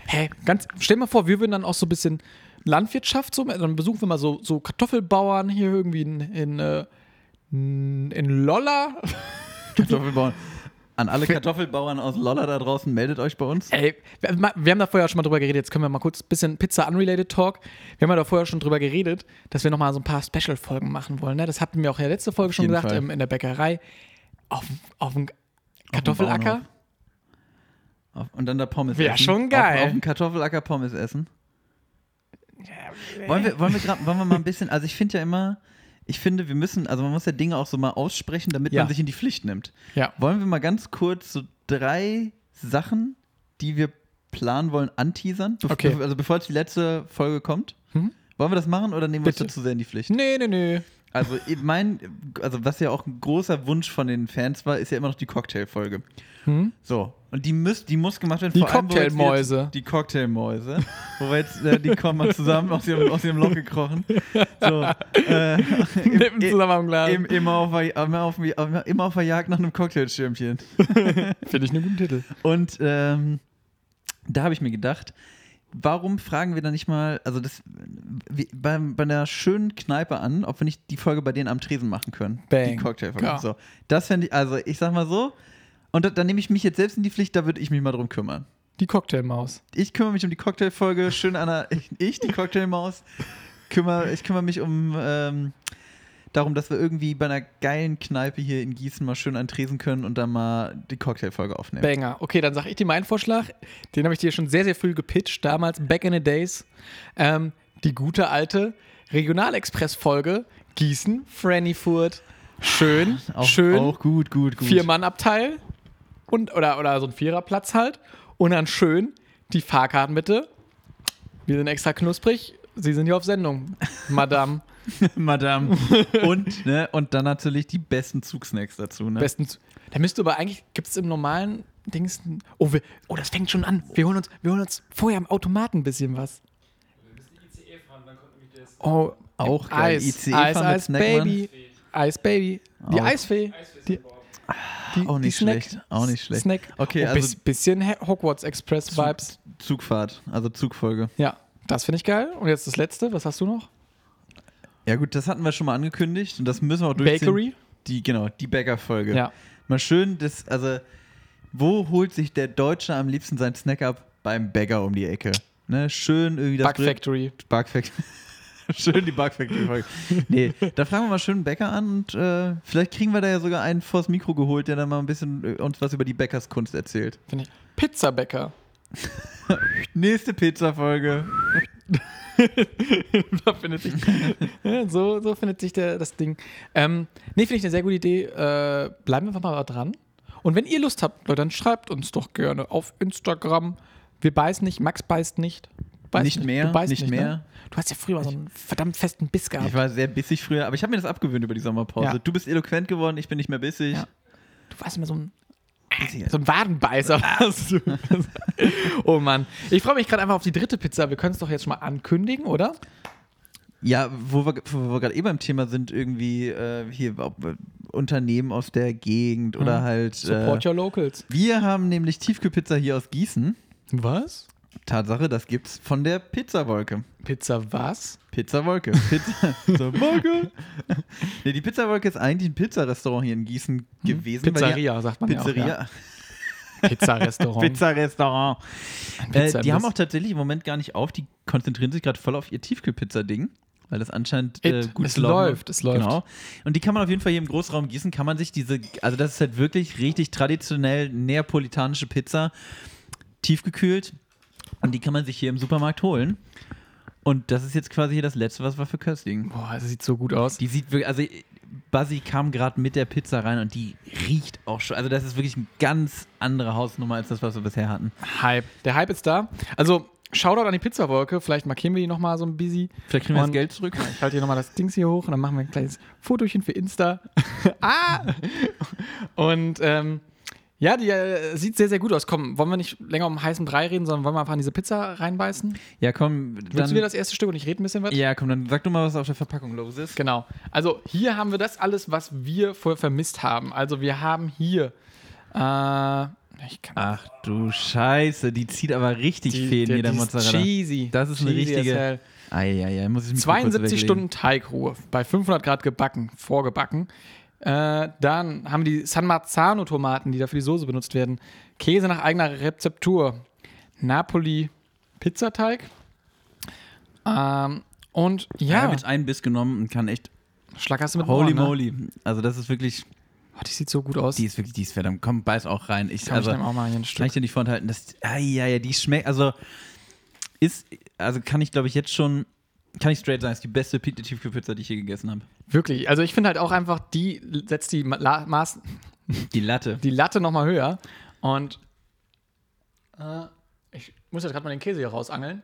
Speaker 2: Hä? Ganz, stell mal vor, wir würden dann auch so ein bisschen Landwirtschaft so, dann besuchen wir mal so, so Kartoffelbauern hier irgendwie in, in, äh, n- in Lolla.
Speaker 1: Kartoffelbauern. An alle Kartoffelbauern aus Lolla da draußen, meldet euch bei uns.
Speaker 2: Ey, wir, wir haben da vorher schon mal drüber geredet, jetzt können wir mal kurz ein bisschen Pizza Unrelated Talk. Wir haben ja da vorher schon drüber geredet, dass wir nochmal so ein paar Special-Folgen machen wollen. Ne? Das hatten wir auch in der letzten Folge schon
Speaker 1: jeden
Speaker 2: gesagt,
Speaker 1: Fall.
Speaker 2: ähm, in der Bäckerei. Auf, auf dem Kartoffelacker.
Speaker 1: Bauernhof. Auf- Und dann da Pommes
Speaker 2: Wär
Speaker 1: essen.
Speaker 2: schon geil.
Speaker 1: Auf, auf dem Kartoffelacker Pommes essen. Wollen wir, wollen wir, grad, wollen wir mal ein bisschen, also ich finde ja immer, ich finde, wir müssen, also man muss ja Dinge auch so mal aussprechen, damit
Speaker 2: Ja.
Speaker 1: man sich in die Pflicht nimmt.
Speaker 2: Ja.
Speaker 1: Wollen wir mal ganz kurz so drei Sachen, die wir planen wollen, anteasern? Bef-
Speaker 2: Okay.
Speaker 1: bef- Also bevor jetzt die letzte Folge kommt.
Speaker 2: Mhm.
Speaker 1: Wollen wir das machen oder nehmen wir
Speaker 2: Bitte. Mhm.
Speaker 1: uns dazu sehr in die Pflicht?
Speaker 2: Nee, nee, nee.
Speaker 1: Also ich mein, also was ja auch ein großer Wunsch von den Fans war, ist ja immer noch die Cocktailfolge.
Speaker 2: Hm?
Speaker 1: So, und die, müß, die muss gemacht werden.
Speaker 2: Die
Speaker 1: vor allem, wo wir jetzt wieder-
Speaker 2: Cocktailmäuse.
Speaker 1: Die Cocktailmäuse. wo wir jetzt, äh, die kommen mal zusammen aus ihrem, aus ihrem Loch gekrochen. So, äh,
Speaker 2: Nippen zusammen am Glas.
Speaker 1: im, immer, auf, der- immer, auf, immer auf der Jagd nach einem Cocktailschirmchen.
Speaker 2: Finde ich einen guten Titel.
Speaker 1: Und ähm, da habe ich mir gedacht, warum fragen wir dann nicht mal, also das wie, beim, bei einer schönen Kneipe an, ob wir nicht die Folge bei denen am Tresen machen können.
Speaker 2: Bang.
Speaker 1: Die Cocktailfolge.
Speaker 2: Ja.
Speaker 1: So. Das fände ich, also ich sag mal so, und da, dann nehme ich mich jetzt selbst in die Pflicht, da würde ich mich mal drum kümmern.
Speaker 2: Die Cocktailmaus.
Speaker 1: Ich kümmere mich um die Cocktailfolge, schön Anna, ich, ich die Cocktailmaus, kümmere, ich kümmere mich um ähm, darum, dass wir irgendwie bei einer geilen Kneipe hier in Gießen mal schön an den Tresen können und dann mal die Cocktailfolge aufnehmen.
Speaker 2: Banger. Okay, dann sage ich dir meinen Vorschlag. Den habe ich dir schon sehr, sehr früh gepitcht, damals, back in the days. Ähm, die gute alte Regionalexpress-Folge Gießen, Frannyfurt. Schön,
Speaker 1: Auch,
Speaker 2: schön.
Speaker 1: Auch gut, Ah, gut, gut.
Speaker 2: Vier-Mann-Abteil und, oder, oder so ein Viererplatz halt. Und dann schön die Fahrkarten bitte. Wir sind extra knusprig. Sie sind hier auf Sendung, Madame.
Speaker 1: Madame. Und, ne, und dann natürlich die besten Zugsnacks dazu, ne?
Speaker 2: Bestens. Da müsste aber eigentlich, gibt es im normalen Dings. ein- Oh, wir, oh, das fängt schon an. Wir holen, uns, wir holen uns vorher am Automaten ein bisschen was. Oh,
Speaker 1: Auch
Speaker 2: im
Speaker 1: geil.
Speaker 2: Eis.
Speaker 1: ICE
Speaker 2: Eis,
Speaker 1: fahren mit
Speaker 2: Eis,
Speaker 1: Snackmann.
Speaker 2: Baby. Eis, Baby. Die
Speaker 1: Auch.
Speaker 2: Eisfee. Die, die,
Speaker 1: Auch nicht
Speaker 2: die Snack,
Speaker 1: schlecht, auch nicht schlecht.
Speaker 2: Snack.
Speaker 1: Okay,
Speaker 2: oh,
Speaker 1: also-
Speaker 2: bis, bisschen He- Hogwarts Express Vibes.
Speaker 1: Zugfahrt, also Zugfolge.
Speaker 2: Ja, das finde ich geil. Und jetzt das letzte, was hast du noch?
Speaker 1: Ja gut, das hatten wir schon mal angekündigt und das müssen wir auch durchziehen.
Speaker 2: Bakery?
Speaker 1: Die, genau, die Bäckerfolge.
Speaker 2: Ja.
Speaker 1: Mal schön, das, also, wo holt sich der Deutsche am liebsten seinen Snack ab? Beim Bäcker um die Ecke. Ne, schön irgendwie das
Speaker 2: Bug Factory.
Speaker 1: Bug Factory. schön die Bug Factory Folge. Nee, da fragen wir mal schön einen Bäcker an und äh, vielleicht kriegen wir da ja sogar einen vors Mikro geholt, der dann mal ein bisschen äh, uns was über die Bäckerskunst erzählt.
Speaker 2: Finde ich. Pizzabäcker.
Speaker 1: Nächste Pizza-Folge.
Speaker 2: da findet sich, Ja, so, so findet sich der, das Ding. Ähm, nee, finde ich eine sehr gute Idee. Äh, bleiben wir einfach mal dran. Und wenn ihr Lust habt, Leute, dann schreibt uns doch gerne auf Instagram. Wir beißen nicht, Max beißt nicht. Beißt
Speaker 1: Nicht mehr,
Speaker 2: du beißt
Speaker 1: nicht mehr.
Speaker 2: Ne? Du hast ja früher mal so einen verdammt festen Biss gehabt.
Speaker 1: Ich war sehr bissig früher, aber ich habe mir das abgewöhnt über die Sommerpause.
Speaker 2: Ja.
Speaker 1: Du bist eloquent geworden, ich bin nicht mehr bissig.
Speaker 2: Ja. Du warst immer so ein
Speaker 1: Bisschen.
Speaker 2: So ein Wadenbeißer warst du. oh Mann. Ich freue mich gerade einfach auf die dritte Pizza. Wir können es doch jetzt schon mal ankündigen, oder?
Speaker 1: Ja, wo wir, wo wir gerade eh beim Thema sind, irgendwie äh, hier ob, äh, Unternehmen aus der Gegend oder halt. Äh,
Speaker 2: Mhm. Support your locals.
Speaker 1: wir haben nämlich Tiefkühlpizza hier aus Gießen.
Speaker 2: Was?
Speaker 1: Tatsache, das gibt's von der Pizzawolke.
Speaker 2: Pizza was?
Speaker 1: Pizzawolke. Pizza so, Wolke. nee, die Pizzawolke ist eigentlich ein Pizzarestaurant hier in Gießen gewesen. weil die-
Speaker 2: Mhm. Pizzeria, sagt man
Speaker 1: Pizzeria.
Speaker 2: ja auch. Ja. Pizzarestaurant.
Speaker 1: Pizzarestaurant. Äh,
Speaker 2: Pizza
Speaker 1: die haben auch
Speaker 2: Mist.
Speaker 1: tatsächlich im Moment gar nicht auf. Die konzentrieren sich gerade voll auf ihr Tiefkühlpizza-Ding, weil das anscheinend äh,
Speaker 2: It.
Speaker 1: gut
Speaker 2: Es
Speaker 1: gelaufen ist.
Speaker 2: läuft, es läuft.
Speaker 1: Genau. Und die kann man auf jeden Fall hier im Großraum Gießen, kann man sich diese, also das ist halt wirklich richtig traditionell neapolitanische Pizza, tiefgekühlt. Und die kann man sich hier im Supermarkt holen. Und das ist jetzt quasi hier das Letzte, was wir für köstigen.
Speaker 2: Boah, das sieht so gut aus.
Speaker 1: Die sieht wirklich, also Buzzy kam gerade mit der Pizza rein und die riecht auch schon. Also das ist wirklich eine ganz andere Hausnummer als das, was wir bisher hatten.
Speaker 2: Hype. Der Hype ist da. Also, Shoutout an die Pizzawolke. Vielleicht markieren wir die nochmal so ein busy.
Speaker 1: Vielleicht kriegen wir
Speaker 2: Und-
Speaker 1: das Geld zurück.
Speaker 2: Ich halte hier nochmal das Dings hier hoch und dann machen wir ein kleines Fotochen für Insta. ah! Und ähm, Ja, die äh, sieht sehr, sehr gut aus. Komm, wollen wir nicht länger um heißen Brei reden, sondern wollen wir einfach an diese Pizza reinbeißen?
Speaker 1: Ja, komm,
Speaker 2: Willst
Speaker 1: dann.
Speaker 2: du mir das erste Stück und ich rede ein bisschen was?
Speaker 1: ja, komm, dann sag du mal, was auf der Verpackung los ist.
Speaker 2: Genau. Also hier haben wir das alles, was wir vorher vermisst haben. Also wir haben hier. Äh, ich kann
Speaker 1: Ach du Scheiße, die zieht aber richtig fehl mir, der
Speaker 2: die ist
Speaker 1: Mozzarella.
Speaker 2: Cheesy.
Speaker 1: Das ist eine
Speaker 2: cheesy as
Speaker 1: richtige-
Speaker 2: hell.
Speaker 1: Eieiei, muss ich mich mal kurz
Speaker 2: 72
Speaker 1: weglegen.
Speaker 2: Stunden Teigruhe bei 500 Grad gebacken, vorgebacken. Äh, dann haben die San Marzano-Tomaten, die da für die Soße benutzt werden. Käse nach eigener Rezeptur. Napoli-Pizzateig. Ähm, und
Speaker 1: Ja.
Speaker 2: ja,
Speaker 1: Habe jetzt einen Biss genommen und kann echt.
Speaker 2: Schlag hast du mit dem
Speaker 1: Holy
Speaker 2: Ohr, ne?
Speaker 1: moly. Also, das ist wirklich.
Speaker 2: Oh, die sieht so gut aus.
Speaker 1: Die ist wirklich, die ist verdammt. Komm, beiß auch rein. Ich,
Speaker 2: Komm,
Speaker 1: also,
Speaker 2: ich nehm auch mal hier ein
Speaker 1: Kann
Speaker 2: Stück.
Speaker 1: ich dir nicht vorenthalten, dass. Eieiei, die schmeckt. Also, ist. Also, kann ich, glaube ich, jetzt schon. Kann ich straight sagen, ist die beste Pi- Tiefkühlpizza, die ich je gegessen habe.
Speaker 2: Wirklich. Also ich finde halt auch einfach, die setzt die, Ma La Maß
Speaker 1: Die Latte.
Speaker 2: die Latte nochmal höher. Und äh, ich muss jetzt gerade mal den Käse hier rausangeln.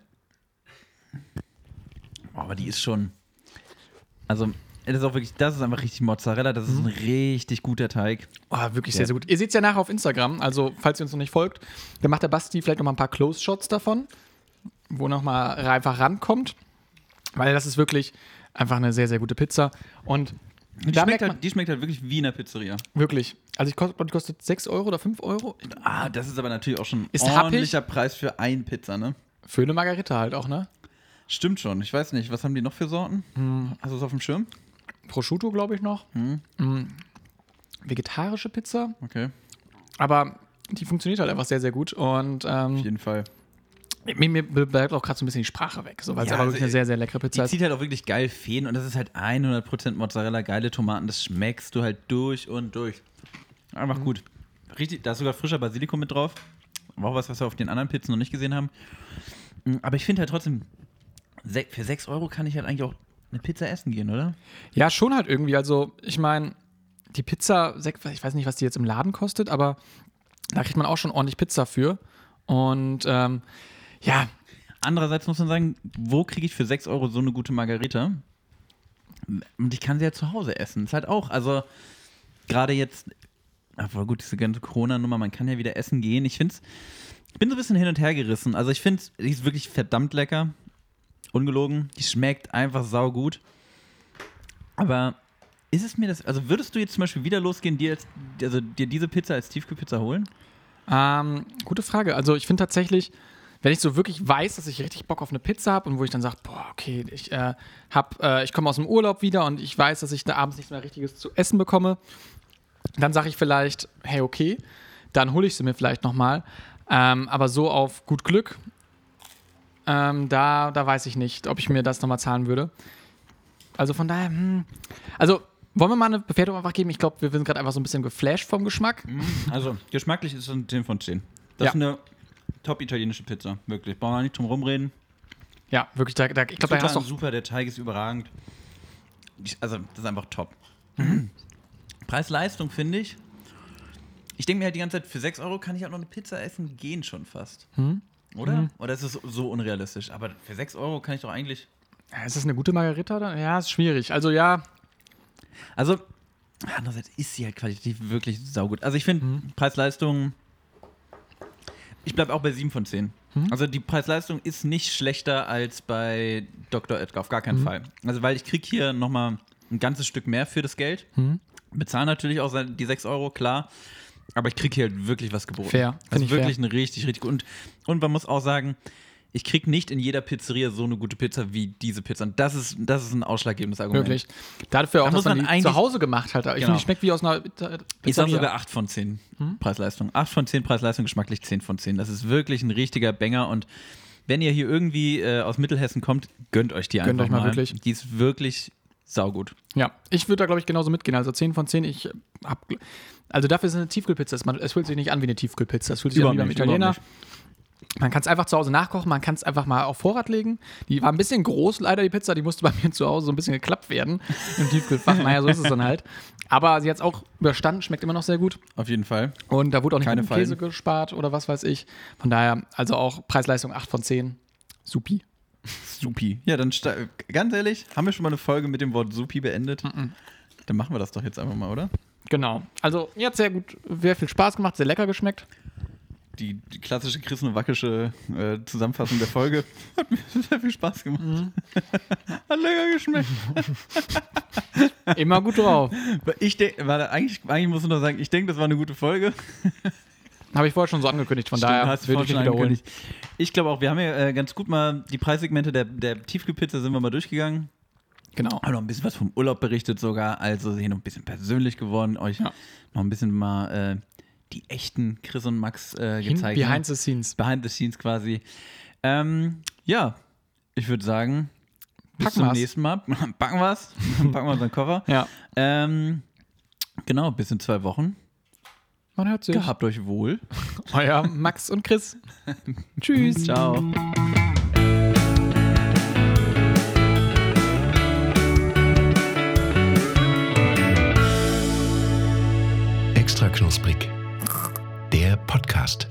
Speaker 1: Oh, aber die ist schon. Also, das ist auch wirklich. Das ist einfach richtig Mozzarella. Das ist ein richtig guter Teig.
Speaker 2: Oh, wirklich
Speaker 1: Ja.
Speaker 2: sehr, sehr gut. Ihr seht es ja nachher auf Instagram. Also, falls ihr uns noch nicht folgt, dann macht der Basti vielleicht nochmal ein paar Close-Shots davon, wo nochmal einfach rankommt. Weil das ist wirklich einfach eine sehr, sehr gute Pizza. Und
Speaker 1: Die
Speaker 2: da
Speaker 1: schmeckt,
Speaker 2: merkt man
Speaker 1: halt, die schmeckt halt wirklich wie in einer Pizzeria.
Speaker 2: wirklich, also ich glaube, die kostet 6 Euro oder 5 Euro. Ich-
Speaker 1: Ah, das ist aber natürlich auch schon ein
Speaker 2: Ist
Speaker 1: ordentlicher Preis für ein Pizza, ne?
Speaker 2: Für eine Margarita halt auch, ne?
Speaker 1: Stimmt schon. Ich weiß nicht, was haben die noch für Sorten? Hm, Hast du es auf dem Schirm?
Speaker 2: Prosciutto, glaube ich, noch.
Speaker 1: Hm.
Speaker 2: Mm. Vegetarische Pizza.
Speaker 1: Okay,
Speaker 2: Aber die funktioniert halt einfach sehr, sehr gut. Und
Speaker 1: auf
Speaker 2: ähm,
Speaker 1: jeden Fall.
Speaker 2: mir, mir bleibt auch gerade so ein bisschen die Sprache weg, so, weil es
Speaker 1: Ja,
Speaker 2: aber
Speaker 1: also
Speaker 2: wirklich eine
Speaker 1: ich-
Speaker 2: sehr, sehr leckere
Speaker 1: Die
Speaker 2: Pizza ist.
Speaker 1: zieht halt auch wirklich geil Fäden und das ist halt 100% Mozzarella, geile Tomaten, das schmeckst du halt durch und durch. Einfach gut. Richtig, da ist sogar frischer Basilikum mit drauf. War auch was, was wir auf den anderen Pizzen noch nicht gesehen haben. Mm, Aber ich finde halt trotzdem, se- für 6 Euro kann ich halt eigentlich auch eine Pizza essen gehen, oder?
Speaker 2: Ja, schon halt irgendwie. Also, ich meine, die Pizza, sech- ich weiß nicht, was die jetzt im Laden kostet, aber da kriegt man auch schon ordentlich Pizza für. Und ähm, ja,
Speaker 1: Andererseits muss man sagen, wo kriege ich für 6 Euro so eine gute Margarita? Und ich kann sie ja zu Hause essen. Ist halt auch, also gerade jetzt, aber gut, diese ganze Corona-Nummer, man kann ja wieder essen gehen. Ich finde ich bin so ein bisschen hin und her gerissen. Also ich finde, die ist wirklich verdammt lecker. Ungelogen. Die schmeckt einfach saugut. Aber ist es mir das, also würdest du jetzt zum Beispiel wieder losgehen, dir, jetzt, also dir diese Pizza als Tiefkühlpizza holen?
Speaker 2: ähm, gute Frage. Also, ich finde tatsächlich, wenn ich so wirklich weiß, dass ich richtig Bock auf eine Pizza habe und wo ich dann sage, boah, okay, ich, äh, hab, äh, ich komme aus dem Urlaub wieder und ich weiß, dass ich da abends nichts mehr Richtiges zu essen bekomme, dann sage ich vielleicht, hey, okay, dann hole ich sie mir vielleicht nochmal. Ähm, aber so auf gut Glück, ähm, da, da weiß ich nicht, ob ich mir das nochmal zahlen würde. Also von daher, hm. also wollen wir mal eine Bewertung einfach geben? Ich glaube, wir sind gerade einfach so ein bisschen geflasht vom Geschmack.
Speaker 1: Also, geschmacklich ist es ein 10 von 10. Das
Speaker 2: Ja.
Speaker 1: ist eine top italienische Pizza, wirklich. Brauchen wir nicht drum rumreden.
Speaker 2: Ja, wirklich, da, da, ich glaube, da
Speaker 1: Zutaten
Speaker 2: hast du auch
Speaker 1: super, der Teig ist überragend. Ich- Also, das ist einfach top.
Speaker 2: Mhm.
Speaker 1: Preis-Leistung finde ich. Ich denke mir halt die ganze Zeit, für 6 Euro kann ich auch noch eine Pizza essen, gehen schon fast.
Speaker 2: Hm?
Speaker 1: Oder?
Speaker 2: Mhm.
Speaker 1: Oder ist es so unrealistisch? Aber für 6 Euro kann ich doch eigentlich.
Speaker 2: Ja, Ist das eine gute Margarita dann? Ja, ist schwierig. Also ja,
Speaker 1: Also, andererseits ist sie halt qualitativ wirklich saugut. Also, ich finde
Speaker 2: Mhm.
Speaker 1: Preis-Leistung. Ich bleibe auch bei 7 von 10.
Speaker 2: Mhm.
Speaker 1: Also, die Preis-Leistung ist nicht schlechter als bei Dr. Edgar, auf gar
Speaker 2: Mhm.
Speaker 1: keinen Fall. Also, weil ich kriege hier nochmal ein ganzes Stück mehr für das Geld.
Speaker 2: Mhm.
Speaker 1: Bezahle natürlich auch sein- die 6 Euro, klar. Aber ich kriege hier halt wirklich was geboten.
Speaker 2: Fair,
Speaker 1: Das
Speaker 2: find
Speaker 1: ist
Speaker 2: ich
Speaker 1: wirklich eine richtig, richtig. Und, und man muss auch sagen, ich kriege nicht in jeder Pizzeria so eine gute Pizza wie diese Pizza. Und das ist, das ist ein ausschlaggebendes Argument.
Speaker 2: wirklich. Dafür auch,
Speaker 1: Da muss
Speaker 2: dass man,
Speaker 1: man
Speaker 2: die
Speaker 1: eigentlich-
Speaker 2: zu Hause gemacht hat. Ich
Speaker 1: Genau.
Speaker 2: finde, die schmeckt wie aus einer Pizza-
Speaker 1: Ich sage sogar
Speaker 2: Pizzeria.
Speaker 1: 8 von 10 Preis-Leistung. 8 von 10 Preis-Leistung, geschmacklich 10 von 10. Das ist wirklich ein richtiger Banger und wenn ihr hier irgendwie äh, aus Mittelhessen kommt, gönnt euch die einfach
Speaker 2: Gönnt euch mal wirklich.
Speaker 1: Die ist wirklich saugut.
Speaker 2: Ja, ich würde da, glaube ich, genauso mitgehen. Also 10 von 10, ich hab, gl- Also dafür ist es eine Tiefkühlpizza. Es- man- Es fühlt sich nicht an wie eine Tiefkühlpizza. Es fühlt sich an wie
Speaker 1: Überhaupt
Speaker 2: beim
Speaker 1: nicht,
Speaker 2: Italiener.
Speaker 1: überhaupt
Speaker 2: Man kann es einfach zu Hause nachkochen, man kann es einfach mal auf Vorrat legen. Die war ein bisschen groß, leider die Pizza, die musste bei mir zu Hause so ein bisschen geklappt werden im Tiefkühlfach. Naja, so ist es dann halt. Aber sie hat es auch überstanden, schmeckt immer noch sehr gut.
Speaker 1: Auf jeden Fall.
Speaker 2: Und da wurde auch nicht
Speaker 1: Keine
Speaker 2: mit dem Käse
Speaker 1: Fallen.
Speaker 2: gespart oder was weiß ich. Von daher, also auch Preis-Leistung 8 von 10. Supi.
Speaker 1: Supi. Ja, dann sta- ganz ehrlich, haben wir schon mal eine Folge mit dem Wort Supi beendet? Dann machen wir das doch jetzt einfach mal, oder?
Speaker 2: Genau. Also, mir hat sehr gut, sehr viel Spaß gemacht, sehr lecker geschmeckt.
Speaker 1: Die, die klassische Chris Nowackische äh, Zusammenfassung der Folge hat mir sehr viel Spaß gemacht. hat lecker geschmeckt.
Speaker 2: Immer gut drauf.
Speaker 1: Ich denk, warte, eigentlich, eigentlich muss ich noch sagen, ich denke, das war eine gute Folge.
Speaker 2: Habe ich vorher schon so angekündigt, von daher
Speaker 1: hast du
Speaker 2: will
Speaker 1: vorhin
Speaker 2: ich nicht
Speaker 1: schon
Speaker 2: wiederholen.
Speaker 1: angekündigt. Ich glaube auch, wir haben ja äh, ganz gut mal die Preissegmente der, der Tiefkühlpizza sind wir mal durchgegangen.
Speaker 2: Genau.
Speaker 1: Haben noch ein bisschen was vom Urlaub berichtet sogar. Also hier noch ein bisschen persönlich geworden. Euch
Speaker 2: Ja.
Speaker 1: noch ein bisschen mal äh, die echten Chris und Max äh,
Speaker 2: Hin-
Speaker 1: gezeigt.
Speaker 2: Behind the scenes.
Speaker 1: Behind the scenes quasi. Ähm, ja, ich würde sagen, bis
Speaker 2: Packen
Speaker 1: zum
Speaker 2: wir's.
Speaker 1: nächsten Mal. Packen wir's. Packen wir unseren Koffer.
Speaker 2: Ja.
Speaker 1: Ähm, genau, bis in zwei Wochen.
Speaker 2: Man hört sich.
Speaker 1: Gehabt euch wohl.
Speaker 2: Euer Max und Chris. Tschüss.
Speaker 1: Ciao.
Speaker 3: Extra knusprig. Der Podcast.